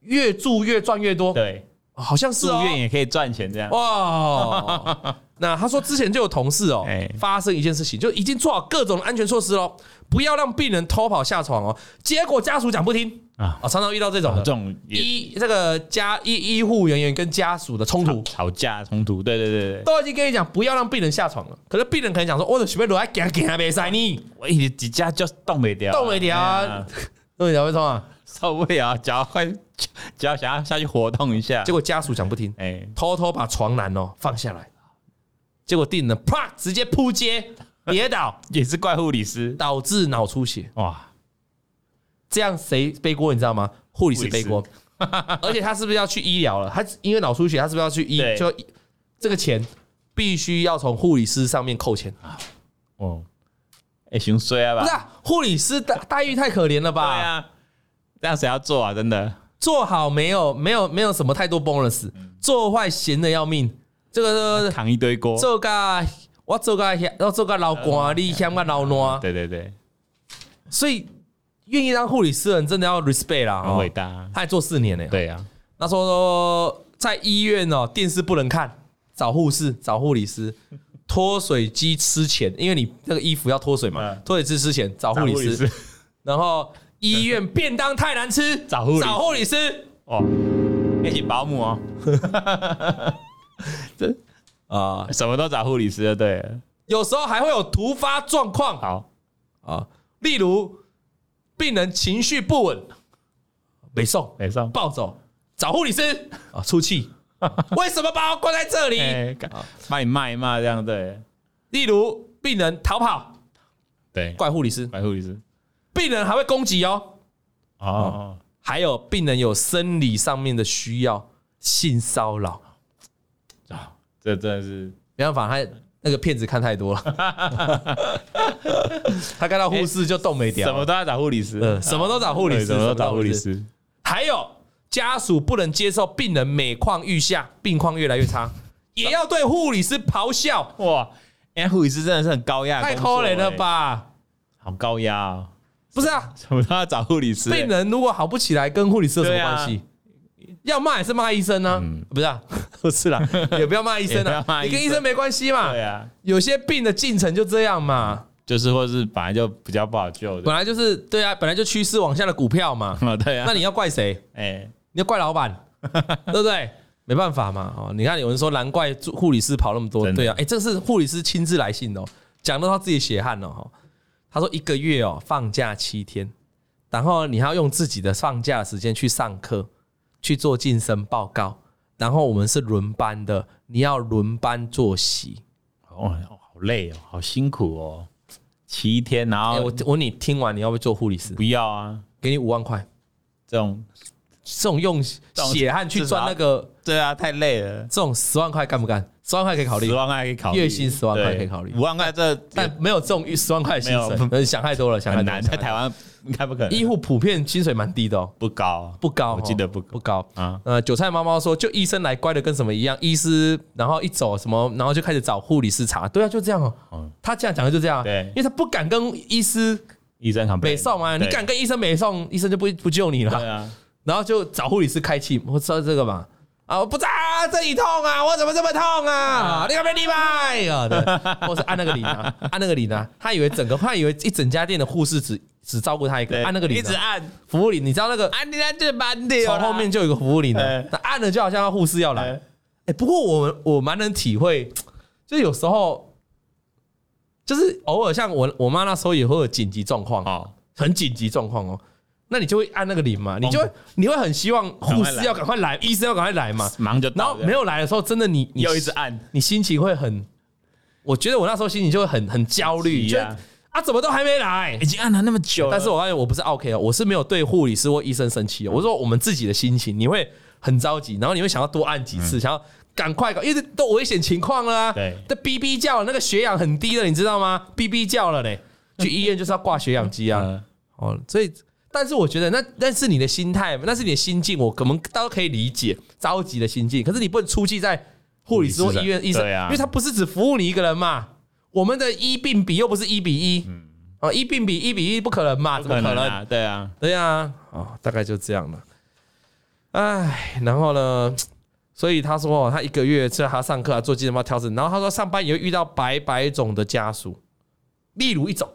Speaker 2: 越住越赚越多，
Speaker 1: 对，
Speaker 2: 好像是
Speaker 1: 住
Speaker 2: 哦。
Speaker 1: 院也可以赚钱这样，
Speaker 2: 哇，那他说之前就有同事哦
Speaker 1: 哎，
Speaker 2: 发生一件事情，就已经做好各种安全措施喽，不要让病人偷跑下床哦。结果家属讲不听啊
Speaker 1: 啊，
Speaker 2: 常常遇到这种
Speaker 1: 这
Speaker 2: 的
Speaker 1: 种也
Speaker 2: 医这个家医医护人员跟家属的冲突，
Speaker 1: 吵架冲突，对对对对，
Speaker 2: 都已经跟你讲不要让病人下床了，可是病人可能讲说，我的随便落来行行袂使呢，
Speaker 1: 我一几家就动不掉啊，
Speaker 2: 动不了啊
Speaker 1: 哎呀
Speaker 2: 对，小会冲啊。
Speaker 1: 受不了，只要快，只要想要下去活动一下，
Speaker 2: 结果家属讲不听，
Speaker 1: 哎，
Speaker 2: 偷偷把床栏哦放下来，结果病人啪直接扑街跌倒，
Speaker 1: 也是怪护理师，
Speaker 2: 导致脑出血。
Speaker 1: 哇，
Speaker 2: 这样谁背锅你知道吗？护理师
Speaker 1: (laughs)
Speaker 2: 背锅，而且他是不是要去医疗了？他因为脑出血，他是不是要去医？
Speaker 1: 对
Speaker 2: 就这个钱必须要从护理师上面扣钱，
Speaker 1: 哦，哎，熊衰啊
Speaker 2: 不
Speaker 1: 吧
Speaker 2: 是、，啊、护理师待待遇太可怜了
Speaker 1: 对
Speaker 2: 吧？
Speaker 1: 啊，这样谁要做啊？真的，
Speaker 2: 做好没有没有没有什么太多 bonus，做
Speaker 1: 嗯
Speaker 2: 坏闲的要命。这个
Speaker 1: 扛一堆锅，
Speaker 2: 做个我做个要做个老官，你嫌个老暖，
Speaker 1: 嗯对对对，
Speaker 2: 所以愿意当护理师的人真的要 respect 啦，
Speaker 1: 很
Speaker 2: 哦
Speaker 1: 伟大啊，
Speaker 2: 他还做四年呢、
Speaker 1: 对啊，
Speaker 2: 那时候在医院哦，电视不能看，找护士、找护理 (laughs) 师，脱水机吃钱，因为你那个衣服要脱水嘛
Speaker 1: 嗯，
Speaker 2: 脱水机吃钱找护理师，然后医院便当太难吃，
Speaker 1: 找护理师
Speaker 2: (laughs) 找护理师
Speaker 1: 哦，一起保姆哦，
Speaker 2: 啊，
Speaker 1: (laughs) 什么都找护理师就对了，
Speaker 2: 有时候还会有突发状况
Speaker 1: 好，
Speaker 2: 啊，例如病人情绪不稳，没送
Speaker 1: 没 (laughs) 上，
Speaker 2: 暴走，找护理师啊出气， (laughs) 为什么把我关在这 (laughs) 里？
Speaker 1: 哎，干把你骂一骂这样，对
Speaker 2: 例如病人逃跑，
Speaker 1: 对，
Speaker 2: 怪护理师，
Speaker 1: 怪护理师，
Speaker 2: 病人还会攻击哦。
Speaker 1: 哦，
Speaker 2: 还有病人有生理上面的需要，性骚扰，
Speaker 1: 这真的是
Speaker 2: 没办法，他那个骗子看太多了， (laughs) 他看到护士就动没
Speaker 1: 哎什
Speaker 2: 掉
Speaker 1: 么
Speaker 2: 了，
Speaker 1: 都要找护理师，
Speaker 2: 嗯，什么都找护理
Speaker 1: 对
Speaker 2: 师，
Speaker 1: 什么都呃找护理，师，
Speaker 2: 还有家属不能接受病人每况愈下，病况越来越
Speaker 1: (laughs)
Speaker 2: 差，也要对护理师咆哮，
Speaker 1: 哇，哎，护理师真的是很高压，
Speaker 2: 太可怜了？
Speaker 1: 哎
Speaker 2: 吧？
Speaker 1: 好高压啊！
Speaker 2: 不是啊，
Speaker 1: 什么都要找护理师、
Speaker 2: 病
Speaker 1: 欸
Speaker 2: 人如果好不起来，跟护理师有什么
Speaker 1: 对
Speaker 2: 关
Speaker 1: 啊嗯
Speaker 2: 系？要骂也是骂医生啊，不是啊，不
Speaker 1: (laughs)
Speaker 2: 是啦，也不要骂医生
Speaker 1: 也不
Speaker 2: 啊
Speaker 1: 要，骂
Speaker 2: 你跟
Speaker 1: 医
Speaker 2: 医
Speaker 1: 生
Speaker 2: 生没关系嘛，
Speaker 1: 对啊，
Speaker 2: 有些病的进程就这样嘛，
Speaker 1: 就是或是本来就比较不好救的
Speaker 2: 本，来就是对啊，本来就
Speaker 1: (laughs)，
Speaker 2: 趋势往下的股票嘛
Speaker 1: 哦对啊
Speaker 2: 那，你要怪谁？
Speaker 1: 哎、 (laughs)
Speaker 2: 你要怪老板，对不对？没办法嘛，哦，你看有人说难怪助护理师跑那么多，
Speaker 1: 真的
Speaker 2: 对啊，哎，这是护理师亲自来信的哦，讲到他自己血汗了哈、哦。他说一个月哦放假七天，然后你还要用自己的放假时间去上课，去做晋升报告，然后我们是轮班的，你要轮班作息。
Speaker 1: 哦，好累哦，好辛苦哦，七天，然
Speaker 2: 哎、
Speaker 1: 后
Speaker 2: 我我问你听完你要不要做护理师？
Speaker 1: 不要啊，
Speaker 2: 给你五万块，
Speaker 1: 这种
Speaker 2: 这种用血汗去赚那个
Speaker 1: 对啊，太累了，
Speaker 2: 这种十万块干不干？十万块可以考虑
Speaker 1: 十，万块可以考虑，
Speaker 2: 月薪10万块
Speaker 1: 对
Speaker 2: 可以考虑
Speaker 1: 五万块这
Speaker 2: 但没有这种十万块的薪
Speaker 1: 没
Speaker 2: 水，
Speaker 1: 有
Speaker 2: 呃想太多了，想太
Speaker 1: 很
Speaker 2: 多了
Speaker 1: 难，
Speaker 2: 想
Speaker 1: 在
Speaker 2: 太多
Speaker 1: 台
Speaker 2: 了
Speaker 1: 湾应该不可能，
Speaker 2: 医护普遍薪水蛮低的哦，
Speaker 1: 不高，
Speaker 2: 不高哦，
Speaker 1: 我记得不高
Speaker 2: 不高。
Speaker 1: 啊，
Speaker 2: 呃，韭菜猫猫说，就医生来乖的跟什么一样，医师然后一走什么，然后就开始找护理师查，对啊，就这样哦。
Speaker 1: 嗯
Speaker 2: 他这样讲的就这样啊，
Speaker 1: 对
Speaker 2: 因为他不敢跟医师
Speaker 1: 医生很
Speaker 2: 美送啊嘛，你敢跟医生美送，医生就不不救你了
Speaker 1: 对。啊，
Speaker 2: 然后就找护理师开气，我知道这个嘛。啊，我不知道啊，这里痛啊，我怎么这么痛啊？你有没有礼拜啊？对， (laughs) 或是按那个铃啊，按那个铃啊，他以为整个，他以为一整家店的护士只只照顾他一个，
Speaker 1: 对，
Speaker 2: 按那个铃、
Speaker 1: 一直
Speaker 2: 啊，
Speaker 1: 按，
Speaker 2: 服务铃，你知道那个
Speaker 1: 按你按就是慢的，
Speaker 2: 从后面就有一个服务铃的、
Speaker 1: 哎
Speaker 2: 那按了就好像要护士要来。哎、
Speaker 1: 哎
Speaker 2: 不过我们我蛮能体会，就是有时候，就是偶尔像我我妈那时候也会有紧急状况，啊
Speaker 1: 哦，
Speaker 2: 很紧急状况哦，那你就会按那个铃嘛，你就会你会很希望护
Speaker 1: 赶快
Speaker 2: 士
Speaker 1: 来
Speaker 2: 要赶快来，医生要赶快来嘛。
Speaker 1: 忙就
Speaker 2: 然
Speaker 1: 到
Speaker 2: 后
Speaker 1: 了，
Speaker 2: 没有来的时候，真的你你
Speaker 1: 又一直按，
Speaker 2: 你心情会很，我觉得我那时候心情就会很很焦虑，
Speaker 1: 急
Speaker 2: 就
Speaker 1: 啊
Speaker 2: 啊怎么都还没来
Speaker 1: (laughs) 已。经按了那么久了，
Speaker 2: 但是我发现我不是 OK 哦，我是没有对护理师或医生生气哦，我说我们自己的心情，你会很着急，然后你会想要多按几次，想要赶快搞，因为都危险情况了啊，
Speaker 1: 嗯对
Speaker 2: 这哔哔叫，那个血氧很低了，你知道吗？哔哔叫了嘞，去医院就是要挂血氧机啊。
Speaker 1: 嗯
Speaker 2: 哦，所以，但是我觉得那那是你的心态嘛，那是你的心境，我可能都可以理解着急的心境。可是你不能出气在护理师或
Speaker 1: 护理师
Speaker 2: 医院医生，
Speaker 1: 对啊
Speaker 2: 因为他不是只服务你一个人嘛。我们的医病比又不是一比一，哦，一病比一比一不可能嘛，
Speaker 1: 不
Speaker 2: 怎么可能？
Speaker 1: 啊，对啊，
Speaker 2: 对啊，哦，大概就这样了。唉，然后呢？所以他说、哦，他一个月吃他上课啊，做健身房调整，然后他说上班也会遇到百百种的家属，例如一种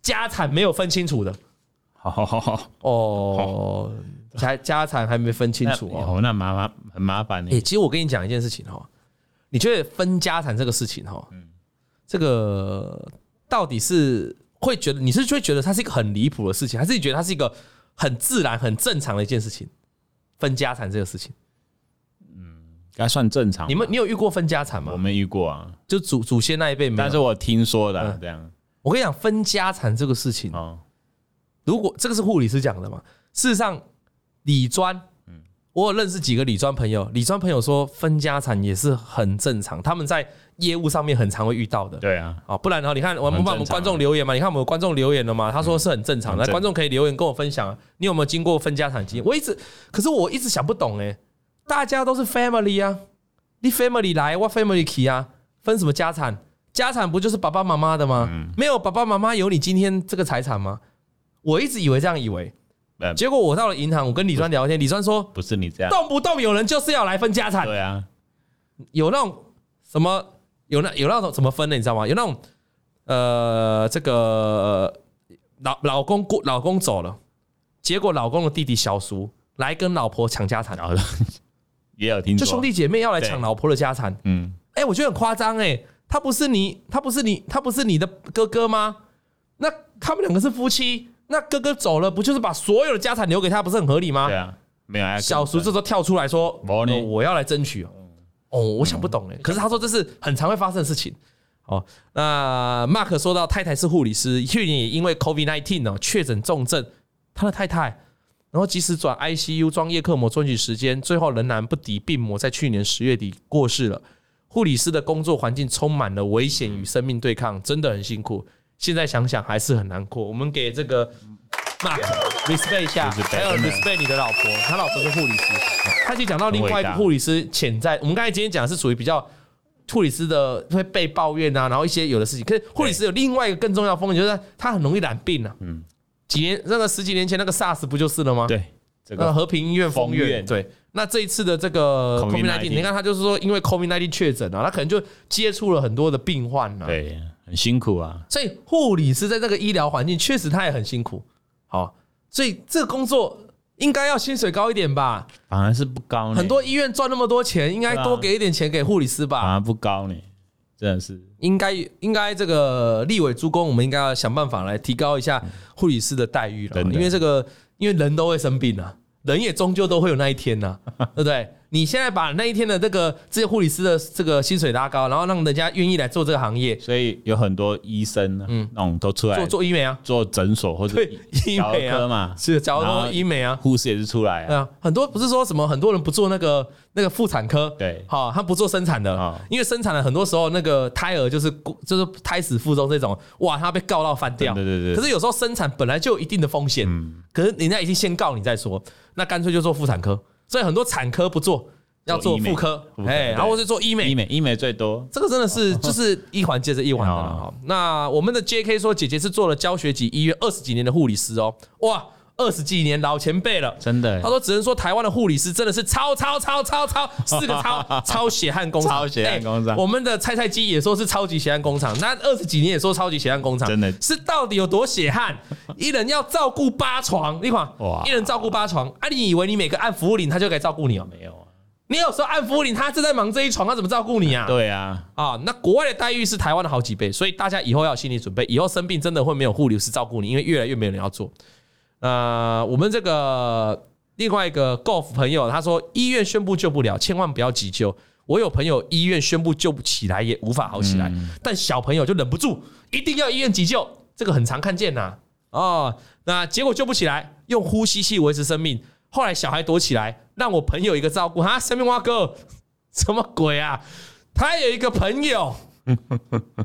Speaker 2: 家产没有分清楚的，
Speaker 1: 好好好好，
Speaker 2: 哦，家家产还没分清
Speaker 1: 那
Speaker 2: 楚哦。
Speaker 1: 哦，那麻烦很麻烦
Speaker 2: 诶，
Speaker 1: 你，
Speaker 2: 其实我跟你讲一件事情哈、哦，你觉得分家产这个事情哈、哦，
Speaker 1: 嗯
Speaker 2: 这个到底是会觉得你是会觉得它是一个很离谱的事情，还是你觉得它是一个很自然、很正常的一件事情？分家产这个事情，
Speaker 1: 该算正常吧，
Speaker 2: 你们你有遇过分家产
Speaker 1: 我
Speaker 2: 吗？
Speaker 1: 们遇过啊，
Speaker 2: 就祖祖先那一辈没
Speaker 1: 但是
Speaker 2: 有。
Speaker 1: 我听说的啊
Speaker 2: 嗯
Speaker 1: 这样
Speaker 2: 我跟你讲，分家产这个事情，
Speaker 1: 哦，
Speaker 2: 如果这个是护理师讲的嘛，事实上，理专，我有认识几个理专朋友，理专朋友说分家产也是很正常，他们在业务上面很常会遇到的。
Speaker 1: 对啊，
Speaker 2: 啊，不然的话，你看我
Speaker 1: 很
Speaker 2: 们
Speaker 1: 正
Speaker 2: 帮我们
Speaker 1: 常啊
Speaker 2: 观众留言嘛，你看我们观众留言了嘛，他说是很正常的，
Speaker 1: 很正
Speaker 2: 观众可以留言跟我分享啊，你有没有经过分家产经验？我一直，可是我一直想不懂哎、大家都是 family 啊，你 family 来，我 family 去啊，分什么家产？家产不就是爸爸妈妈的吗？
Speaker 1: 嗯
Speaker 2: 没有爸爸妈妈有你今天这个财产吗？我一直以为这样以为，
Speaker 1: 呃，
Speaker 2: 结果我到了银行，我跟李专聊天，李专说，
Speaker 1: 不是你这样，
Speaker 2: 动不动有人就是要来分家产，
Speaker 1: 对啊，
Speaker 2: 有那种什么，有那有那种怎么分的，你知道吗？有那种呃，这个呃老老公过老公走了，结果老公的弟弟小叔来跟老婆抢家产，
Speaker 1: 然后也有听
Speaker 2: 就
Speaker 1: 说，
Speaker 2: 兄弟姐妹要来
Speaker 1: 对
Speaker 2: 抢老婆的家产。
Speaker 1: 嗯，
Speaker 2: 哎、我觉得很夸张哎，他不是你，他不是你，他不是你的哥哥吗？那他们两个是夫妻，那哥哥走了，不就是把所有的家产留给他，不是很合理吗
Speaker 1: 对？啊，没有啊，
Speaker 2: 小叔这时候跳出来说：“
Speaker 1: 没呢
Speaker 2: 呃我要来争取哦。”哦，我想不懂哎。可是他说这是很常会发生的事情。哦，那 Mark 说到太太是护理师，去年也因为 COVID-19 哦确诊重症，他的太太，然后即使转 ICU 装叶克膜争取时间，最后仍然不敌病魔，在去年十月底过世了。护理师的工作环境充满了危险与生命对抗，真的很辛苦。现在想想还是很难过。我们给这个 Mark respect 一下，
Speaker 1: respect，
Speaker 2: 还有
Speaker 1: 真的
Speaker 2: respect 你的老婆，她老婆是护理师。他就讲到另外一
Speaker 1: 很伟
Speaker 2: 个
Speaker 1: 大
Speaker 2: 护理师潜在，我们刚才今天讲的是属于比较护理师的会被抱怨啊，然后一些有的事情。可是护理师有另外一个更重要的风险，就是他很容易染病啊。嗯，几年那个十几年前那个 SARS 不就是了吗？
Speaker 1: 对这
Speaker 2: 呃，
Speaker 1: 个
Speaker 2: 和平医院封
Speaker 1: 封
Speaker 2: 院，
Speaker 1: 院
Speaker 2: 对。那这一次的这个
Speaker 1: COVID-19
Speaker 2: 19你看他就是说，因为 COVID-19 确诊啊，他可能就接触了很多的病患啊。
Speaker 1: 对很辛苦啊，
Speaker 2: 所以护理师在这个医疗环境确实他也很辛苦，好，所以这个工作应该要薪水高一点吧？
Speaker 1: 反而是不高呢，
Speaker 2: 很多医院赚那么多钱，应该
Speaker 1: 对啊
Speaker 2: 多给一点钱给护理师吧？
Speaker 1: 反而不高呢，真的是
Speaker 2: 应该应该这个立委诸公，我们应该要想办法来提高一下护理师的待遇了，
Speaker 1: 嗯真的
Speaker 2: 因为这个因为人都会生病啊，人也终究都会有那一
Speaker 1: (laughs)
Speaker 2: 天呐、对不对？你现在把那一天的这个这些护理师的这个薪水拉高，然后让人家愿意来做这个行业，
Speaker 1: 所以有很多医生，嗯，那种都出来
Speaker 2: 做做医美啊，
Speaker 1: 做诊所或者
Speaker 2: 对医
Speaker 1: 小
Speaker 2: 美
Speaker 1: 儿
Speaker 2: 啊
Speaker 1: 科嘛，
Speaker 2: 是假如
Speaker 1: 然后
Speaker 2: 说医美啊，
Speaker 1: 护士也是出来
Speaker 2: 对
Speaker 1: 啊，
Speaker 2: 啊，很多不是说什么很多人不做那个那个妇产科，
Speaker 1: 对
Speaker 2: 好、他不做生产的，
Speaker 1: 啊
Speaker 2: 因为生产的很多时候那个胎儿就是就是胎死腹中这种，哇，他被告到翻掉，
Speaker 1: 对对对对嗯
Speaker 2: 可是有时候生产本来就有一定的风险，可是人家已经先告你再说，那干脆就做妇产科，所以很多产科不做，要
Speaker 1: 做
Speaker 2: 做
Speaker 1: 医美
Speaker 2: 妇科
Speaker 1: 妇，科
Speaker 2: 哎，
Speaker 1: 对
Speaker 2: 然后或是做医美
Speaker 1: 医。美医美最多，
Speaker 2: 这个真
Speaker 1: (laughs)
Speaker 2: 的是就是一环接着一环的
Speaker 1: 啊
Speaker 2: 了哈。那我们的 J.K. 说，姐姐是做了教学级医院二十几年的护理师哦，哇，二十几年老前辈了，
Speaker 1: 真的
Speaker 2: 他说：“只能说台湾的护理师真的是超超超超超四个
Speaker 1: (laughs)
Speaker 2: 超超血汗工厂，
Speaker 1: 超血汗工厂
Speaker 2: 哎我们的菜菜鸡也说是超级血汗工厂，那二十几年也说超级血汗工厂，
Speaker 1: 真的
Speaker 2: 是到底有多血汗？一人要照顾八床，你看
Speaker 1: 哇，
Speaker 2: 一人照顾八床，啊，你以为你每个按服务领他就可以照顾你哦？
Speaker 1: 没有啊，
Speaker 2: 你有时候按服务领他正在忙这一床，他怎么照顾你啊？
Speaker 1: 对啊，
Speaker 2: 啊，那国外的待遇是台湾的好几倍，所以大家以后要有心理准备，以后生病真的会没有护理师照顾你，因为越来越没有人要做。呃，我们这个另外一个 golf 朋友他说，医院宣布救不了，千万不要急救。我有朋友医院宣布救不起来，也无法好起来，
Speaker 1: 嗯
Speaker 2: 但小朋友就忍不住，一定要医院急救，这个很常看见呐、哦，那结果救不起来，用呼吸器维持生命。后来小孩躲起来，让我朋友一个照顾哈，生命蛙哥， (laughs) 什么鬼啊？他有一个
Speaker 1: (laughs)
Speaker 2: 朋友，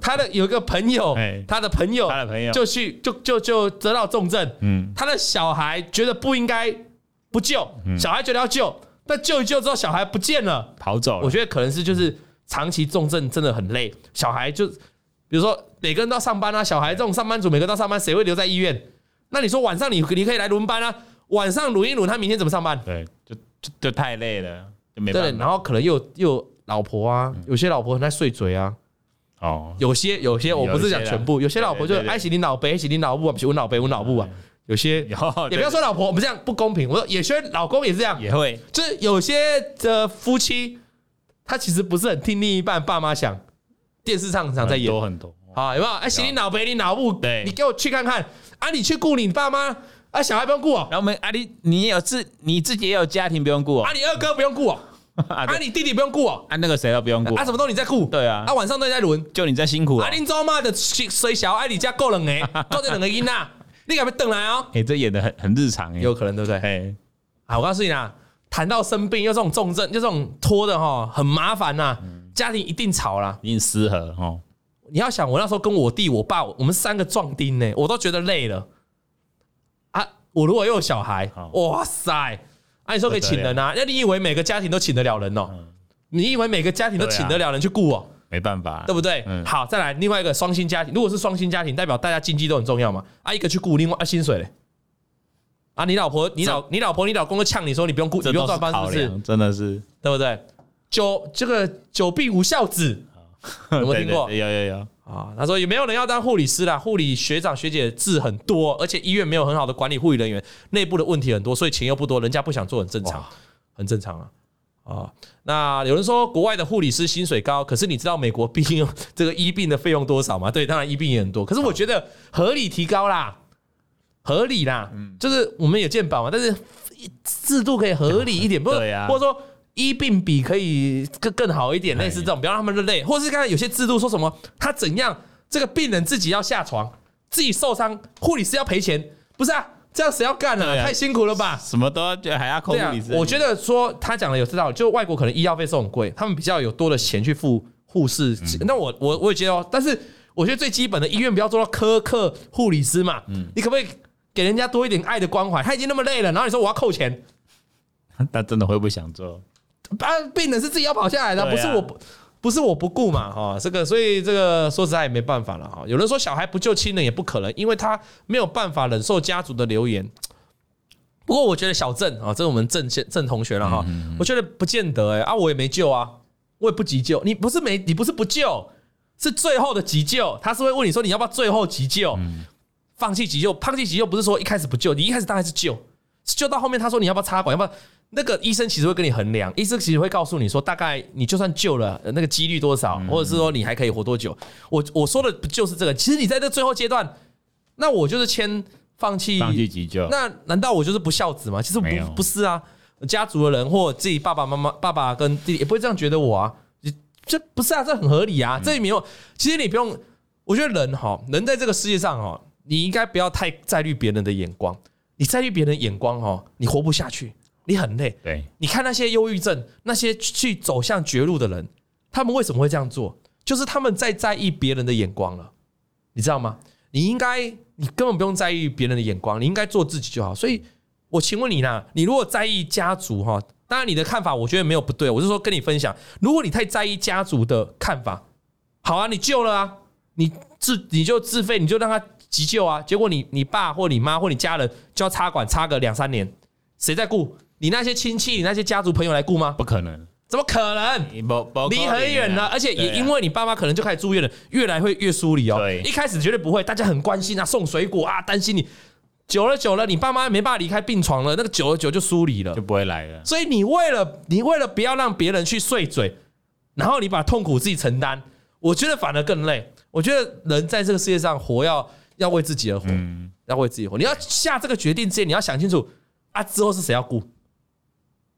Speaker 2: 他的有一个朋友
Speaker 1: 哎，
Speaker 2: 他的朋友，
Speaker 1: 他的朋友
Speaker 2: 就去就就就得到重症，
Speaker 1: 嗯，
Speaker 2: 他的小孩觉得不应该不救，小孩觉得要救，但救一救之后小孩不见了，
Speaker 1: 跑走
Speaker 2: 我
Speaker 1: 了，
Speaker 2: 觉得可能是就是长期重症真的很累，小孩就比如说每个人都要上班啊，小孩这种上班族每个人都要上班，谁会留在医院？那你说晚上你你可以来轮班啊，晚上轮一轮，他明天怎么上班？
Speaker 1: 对，就就就太累了，就没
Speaker 2: 对
Speaker 1: 办，法嗯
Speaker 2: 然后可能又又有老婆啊，有些老婆很爱碎嘴啊，
Speaker 1: 哦， (laughs)
Speaker 2: 有些有些我不是讲全部，有些老婆就
Speaker 1: 对对对嗯
Speaker 2: 爱洗领导杯，爱洗领导布啊，不是闻老杯闻老布啊，有些
Speaker 1: 有
Speaker 2: 也不要说老婆，我们这样不公平。我说有些老公也是这样，
Speaker 1: 也会
Speaker 2: 就是有些的夫妻，他其实不是很听另一半爸妈想，电视上常在
Speaker 1: 很
Speaker 2: 演
Speaker 1: 多很多，
Speaker 2: 啊，有没有？哎，洗你脑杯，你脑部，
Speaker 1: 对
Speaker 2: 你给我去看看啊！你去顾你爸妈，啊，小孩不用顾哦，
Speaker 1: 然后我们啊，你你也有自你自己也有家庭不用顾哦
Speaker 2: 啊，，你二哥不用顾哦，
Speaker 1: (laughs) 啊
Speaker 2: 啊，
Speaker 1: 对
Speaker 2: 你弟弟不用顾哦，
Speaker 1: 啊那个谁都不用顾
Speaker 2: 啊，，什么都你在顾，
Speaker 1: 对啊
Speaker 2: 啊，晚上都你在轮，
Speaker 1: 就你在辛苦哦
Speaker 2: 啊，，你做妈的水小，哎，你家够冷哎，
Speaker 1: (laughs)
Speaker 2: 够这两个囡呐，你敢不等来哦？
Speaker 1: 哎，这演的很很日常哎，
Speaker 2: 有可能对不对？
Speaker 1: 哎，
Speaker 2: 啊，我告诉你啦，谈到生病又这种重症，又这种拖的哈，很麻烦呐、家庭一定吵啦。
Speaker 1: 一定失和哦，
Speaker 2: 你要想，我那时候跟我弟、我爸，我们三个壮丁呢、我都觉得累了啊。我如果又有小孩
Speaker 1: 好，
Speaker 2: 哇塞！按、你说可以请人啊？那你以为每个家庭都请得了人哦、
Speaker 1: 嗯
Speaker 2: 你以为每个家庭都请得了人去雇哦、
Speaker 1: 没办法，
Speaker 2: 对不对？
Speaker 1: 嗯
Speaker 2: 好，再来另外一个双薪家庭，如果是双薪家庭，代表大家经济都很重要嘛。啊，一个去雇，另外啊薪水嘞。啊，你老婆、你老、你老婆、你老公都呛你说你不用雇，你
Speaker 1: 这都
Speaker 2: 不用
Speaker 1: 是
Speaker 2: 上班是
Speaker 1: 考
Speaker 2: 不是？
Speaker 1: 量，真的是
Speaker 2: 对不对？久这个久病无孝子 (laughs) 有没有听过
Speaker 1: 对对对有有有，
Speaker 2: 啊？他说也没有人要当护理师啦，护理学长学姐字很多，而且医院没有很好的管理护理人员，内部的问题很多，所以钱又不多，人家不想做很正常
Speaker 1: 哇，
Speaker 2: 很正常啊。啊，那有人说国外的护理师薪水高，可是你知道美国毕竟这个医病的费用多少吗？ (laughs) 对，当然医病也很多，可是我觉得合理提高啦，合理啦，
Speaker 1: 嗯
Speaker 2: 就是我们有健保嘛，但是制度可以合理一点，不是
Speaker 1: 对啊
Speaker 2: 或者说医病比可以更更好一点，
Speaker 1: 哎
Speaker 2: 类似这种，不要让他们的累，或是刚才有些制度说什么他怎样，这个病人自己要下床，自己受伤，护理师要赔钱，不是啊？这样谁要干
Speaker 1: 对
Speaker 2: 啊？
Speaker 1: 啊
Speaker 2: 太辛苦了吧？
Speaker 1: 什么都要就还要扣
Speaker 2: 对啊
Speaker 1: 你，是，(laughs)
Speaker 2: 我觉得说他讲的有道理，就外国可能医药费是很贵，他们比较有多的钱去付护士。
Speaker 1: 嗯
Speaker 2: 那我我我也觉得哦，但是我觉得最基本的医院不要做到苛刻护理师嘛，
Speaker 1: 嗯
Speaker 2: 你可不可以给人家多一点爱的关怀？他已经那么累了，然后你说我要扣钱，
Speaker 1: 他真的会不想做，
Speaker 2: 啊，病人是自己要跑下来的，不
Speaker 1: 对啊
Speaker 2: 是我不。不是我不顾嘛，哈、这个，所以这个说实在也没办法了哈、有人说小孩不救亲人也不可能，因为他没有办法忍受家族的流言。不过我觉得小郑啊、这是我们郑先郑同学了哈、
Speaker 1: 嗯
Speaker 2: 我觉得不见得哎、啊，我也没救啊，我也不急救。你不是没，你不是不救，是最后的急救，他是会问你说你要不要最后急救，放弃急救，放弃急救不是说一开始不救，你一开始当然是救，就到后面他说你要不要插管，要不要那个医生其实会跟你衡量，医生其实会告诉你说大概你就算救了呃那个几率多少，或者是说你还可以活多久。我我说的不就是这个？其实你在这最后阶段，那我就是签放弃
Speaker 1: 放弃急救，
Speaker 2: 那难道我就是不孝子吗？其实
Speaker 1: 嗯没有
Speaker 2: 不不是啊，家族的人或自己爸爸妈妈、爸爸跟弟弟也不会这样觉得我啊。你这不是啊，这很合理啊，
Speaker 1: 嗯
Speaker 2: 这也没有。其实你不用，我觉得人哈，人在这个世界上哈，你应该不要太在意别人的眼光。你在意别人的眼光哈，你活不下去，你很累。
Speaker 1: 对，
Speaker 2: 你看那些忧郁症，那些去走向绝路的人，他们为什么会这样做？就是他们在在意别人的眼光了，你知道吗？你应该，你根本不用在意别人的眼光，你应该做自己就好。所以，我请问你呢？你如果在意家族哈，当然你的看法我觉得没有不对，我是说跟你分享，如果你太在意家族的看法，好啊，你救了啊，你自你就自费，你就让他急救啊，结果你你爸或你妈或你家人就要插管插个两三年，谁在顾？你那些亲戚、你那些家族朋友来顾吗？
Speaker 1: 不可能，
Speaker 2: 怎么可能？
Speaker 1: 你不啊不
Speaker 2: 离很远啊了，而且也因为你爸妈可能就开始住院了，越来会越疏离哦。
Speaker 1: 对
Speaker 2: 一开始绝对不会，大家很关心啊，送水果啊，担心你。久了久了，你爸妈没办法离开病床了，那个久而久就疏离了
Speaker 1: 就。不会来了。
Speaker 2: 所以你为了你为了不要让别人去碎嘴，然后你把痛苦自己承担，我觉得反而更累。我觉得人在这个世界上活要要为自己而活，
Speaker 1: 嗯，
Speaker 2: 要为自己活。你要下这个决定之前，你要想清楚啊，之后是谁要顾，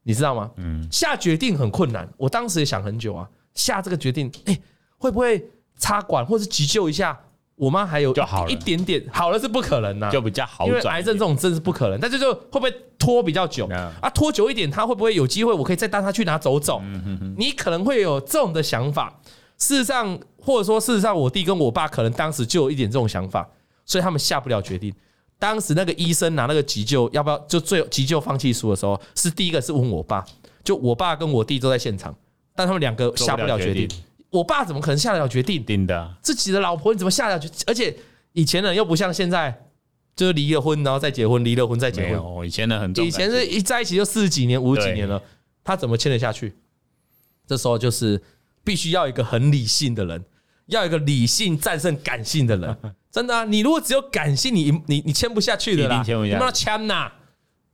Speaker 2: 你知道吗？
Speaker 1: 嗯
Speaker 2: 下决定很困难，我当时也想很久啊，下这个决定，哎、会不会插管或是急救一下？我妈还有
Speaker 1: 就好了
Speaker 2: 一点点好了是不可能呐、啊
Speaker 1: 就比较好
Speaker 2: 因为
Speaker 1: 转。
Speaker 2: 癌症这种真是不可能，但是就会不会拖比较久
Speaker 1: 嗯
Speaker 2: 啊？拖久一点，他会不会有机会？我可以再带他去哪走走？你可能会有这种的想法。事实上，或者说事实上，我弟跟我爸可能当时就有一点这种想法，所以他们下不了决定。当时那个医生拿那个急救要不要就最急救放弃书的时候，是第一个是问我爸，就我爸跟我弟都在现场，但他们两个
Speaker 1: 做
Speaker 2: 下不了决定。
Speaker 1: 定，
Speaker 2: 我爸怎么可能下得了决定
Speaker 1: 一？定的，
Speaker 2: 自己的老婆你怎么下得了决？而且以前人又不像现在，就是离了婚然后再结婚，离了婚再结
Speaker 1: 没
Speaker 2: 婚。
Speaker 1: 有以前的很重感
Speaker 2: 以
Speaker 1: 情，
Speaker 2: 前是一在一起就四十几年、五十几年了，他怎么签得下去？这时候就是必须要一个很理性的人，要一个理性战胜感性的人。 (laughs) 真的啊，你如果只有感性，你你你签不下去的
Speaker 1: 一
Speaker 2: 啦，
Speaker 1: 定签不下去
Speaker 2: 你要签呐，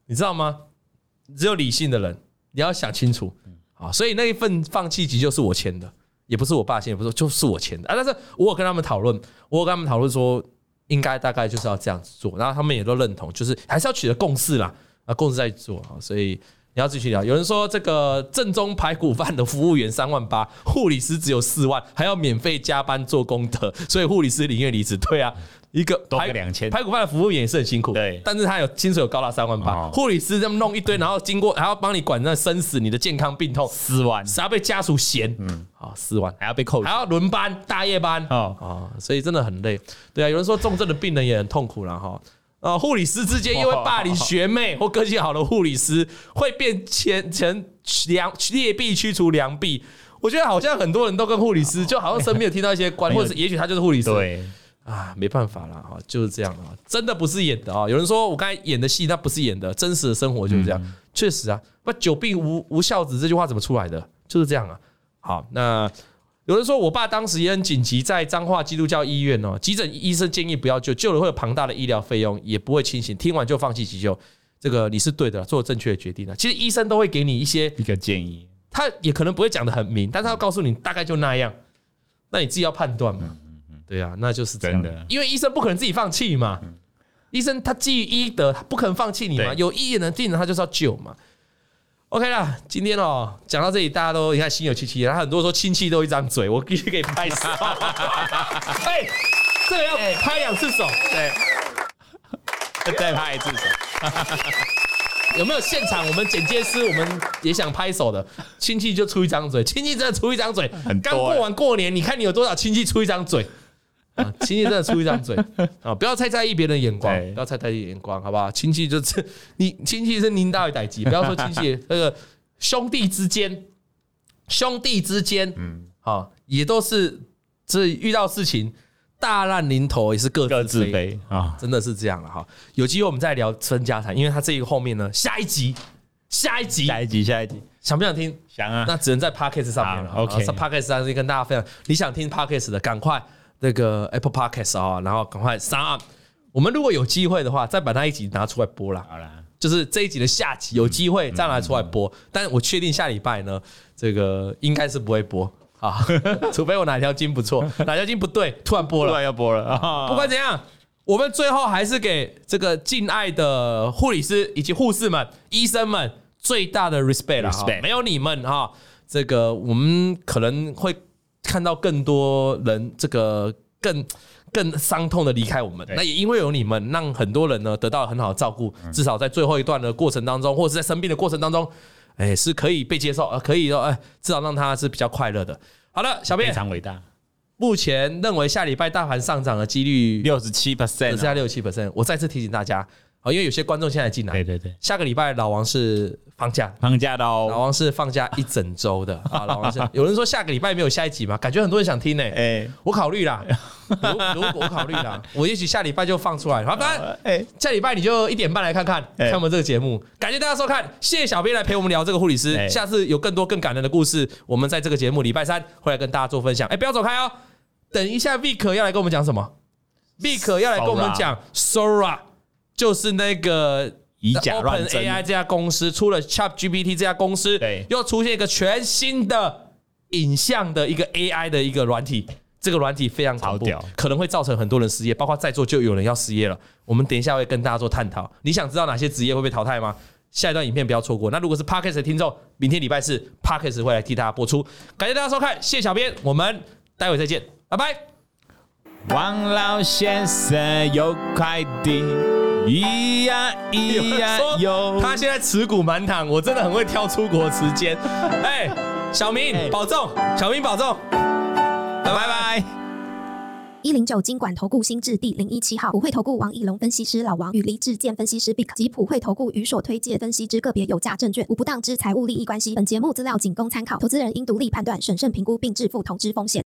Speaker 2: 你知道吗？只有理性的人，你要想清楚啊。所以那一份放弃急救是我签的，也不是我爸签，也不是我就是我签的啊。但是我有跟他们讨论，我有跟他们讨论说，应该大概就是要这样子做，然后他们也都认同，就是还是要取得共识啦，啊，共识再做啊。所以你要自己去聊。有人说这个正宗排骨饭的服务员三万八，护理师只有四万，还要免费加班做功德，所以护理师宁愿离职。对啊，一个
Speaker 1: 多
Speaker 2: 排
Speaker 1: 个2000
Speaker 2: 排骨饭的服务员也是很辛苦，
Speaker 1: 对
Speaker 2: 但是他有薪水有高达三万八
Speaker 1: 哦，
Speaker 2: 护理师这么弄一堆，然后经过还要帮你管那生死、你的健康病痛，
Speaker 1: 四万
Speaker 2: 还要被家属嫌，嗯，好四万。
Speaker 1: 还要被扣
Speaker 2: 还要轮班、大夜班
Speaker 1: 哦
Speaker 2: 啊，所以真的很累。对啊，有人说重症的病人也很痛苦了哈。呃，护理师之间因为霸凌学妹或个性好的护理师，会变前前良劣币驱逐良币。我觉得好像很多人都跟护理师，就好像身边有听到一些
Speaker 1: (laughs)
Speaker 2: 关，
Speaker 1: 没有
Speaker 2: 或者是也许他就是护理师，
Speaker 1: 对，
Speaker 2: 啊，没办法啦，哈，就是这样啊，真的不是演的啊。有人说我刚才演的戏，那不是演的，真实的生活就是这样，确实啊。不，久病无无孝子这句话怎么出来的？就是这样啊。好，那有人说我爸当时也很紧急，在彰化基督教医院哦，急诊医生建议不要救，救了会有庞大的医疗费用，也不会清醒，听完就放弃急救。这个你是对的啦，做正确的决定啊了。其实医生都会给你一些
Speaker 1: 一个建议，
Speaker 2: 他也可能不会讲的很明，但是他要告诉你大概就那样，那你自己要判断嘛。对啊，那就是这
Speaker 1: 嗯
Speaker 2: 样
Speaker 1: 真的嗯
Speaker 2: 因为医生不可能自己放弃嘛。医生他基于医德，他不可能放弃你嘛。
Speaker 1: 对
Speaker 2: 有意义的病人，他就是要救嘛。OK 啦，今天哦讲到这里，大家都你看心有戚戚，然后很多说亲戚都一张嘴，我必须给拍
Speaker 1: (laughs)
Speaker 2: 手。哎，这个要
Speaker 1: 哎
Speaker 2: 拍两次手，
Speaker 1: 对， (laughs) 再拍一次手，
Speaker 2: 有没有现场？我们剪接师，我们也想拍手的亲戚就出一张嘴，亲戚真的出一张嘴。
Speaker 1: 很多欸
Speaker 2: 刚过完过年，你看你有多少亲戚出一张
Speaker 1: (laughs)
Speaker 2: 嘴啊？亲戚真的出一张嘴啊！不要太在意别人的眼光
Speaker 1: 对，
Speaker 2: 不要太在意眼光，好不好？亲戚就是 (laughs) 你亲戚是您大于歹机，不要说亲戚那个兄弟之间，兄弟之间，嗯，啊，也都是这遇到事情大难临头也是各
Speaker 1: 各
Speaker 2: 自
Speaker 1: 自
Speaker 2: 飞。
Speaker 1: 卑啊，
Speaker 2: 真的是这样了哈。有机会我们再聊分家产，因为他这一个后面呢，下一集，下一集
Speaker 1: 下一集，下一集，
Speaker 2: 想不想听？
Speaker 1: 想啊，
Speaker 2: 那只能在 Podcast 上面了。
Speaker 1: 好，OK
Speaker 2: 在 Podcast 上面跟大家分享，你想听 Podcast 的，赶快那个 Apple 哦 Podcast 啊、然后赶快上岸。我们如果有机会的话，再把那一集拿出来播啦。
Speaker 1: 好啦，
Speaker 2: 就是这一集的下集有机会再拿出来播，但我确定下礼拜呢，这个应该是不会播啊， (laughs) 除非我哪条筋不错，哪条筋不对，突然播
Speaker 1: 突
Speaker 2: 了。
Speaker 1: 然要播了啊！
Speaker 2: 不管怎样，我们最后还是给这个敬爱的护理师以及护士们、医生们最大的 respect 了哈
Speaker 1: Respect，
Speaker 2: 没有你们哈，这个我们可能会看到更多人这个更。更伤痛的离开我们，
Speaker 1: 对
Speaker 2: 那也因为有你们，让很多人呢得到很好的照顾，至少在最后一段的过程当中，或者是在生病的过程当中，哎，是可以被接受，呃，可以的，哎，至少让他是比较快乐的。好了，小
Speaker 1: 非
Speaker 2: 编
Speaker 1: 常伟大，
Speaker 2: 目前认为下礼拜大盘上涨的几率
Speaker 1: 六十七
Speaker 2: 只
Speaker 1: percent，
Speaker 2: 剩下六七 percent。我再次提醒大家，啊，因为有些观众现在进
Speaker 1: 对
Speaker 2: 来，
Speaker 1: 对对，
Speaker 2: 下个礼拜老王是放假，
Speaker 1: 放假的
Speaker 2: 老
Speaker 1: 哦，
Speaker 2: 王是放假一整周的啊。老王是有人说下个礼拜没有下一集吗？感觉很多人想听呢、
Speaker 1: 哎
Speaker 2: 我考虑啦，如如果我考虑啦，我也许下礼拜就放出来。好，当然
Speaker 1: 哎，
Speaker 2: 下礼拜你就一点半来看看，
Speaker 1: 哎
Speaker 2: 看我们这个节目。感谢大家收看，谢谢小编来陪我们聊这个护理师。
Speaker 1: 哎
Speaker 2: 下次有更多更感人的故事，我们在这个节目礼拜三会来跟大家做分享。哎，不要走开哦，等一下 Vic 要来跟我们讲什么？Vic 要来跟我们讲 Sora，就是那个
Speaker 1: 以假乱
Speaker 2: Open
Speaker 1: 真
Speaker 2: AI 这家公司出了 Chat GPT 这家公司
Speaker 1: 对，
Speaker 2: 又出现一个全新的影像的一个 AI 的一个软体，这个软体非常恐
Speaker 1: 超
Speaker 2: 怖
Speaker 1: 屌，
Speaker 2: 可能会造成很多人失业，包括在座就有人要失业了。我们等一下会跟大家做探讨。你想知道哪些职业会被淘汰吗？下一段影片不要错过。那如果是 Parkes 的听众，明天礼拜四 Parkes 会来替大家播出。感谢大家收看，谢谢小编，我们待会再见，拜拜。
Speaker 1: 王老先生有快递，咿呀咿呀哟，
Speaker 2: 他现在持股满堂，我真的很会挑出国时间。哎，小明
Speaker 1: 哎
Speaker 2: 保重，小明保重，拜拜拜。
Speaker 4: 一零九金管投顾新置第零一七号，普惠投顾王以龙分析师老王与黎志健分析师 Bic 及普惠投顾与所推介分析之个别有价证券无不当之财务利益关系。本节目资料仅供参考，投资人应独立判断、审慎评估并自负投资风险。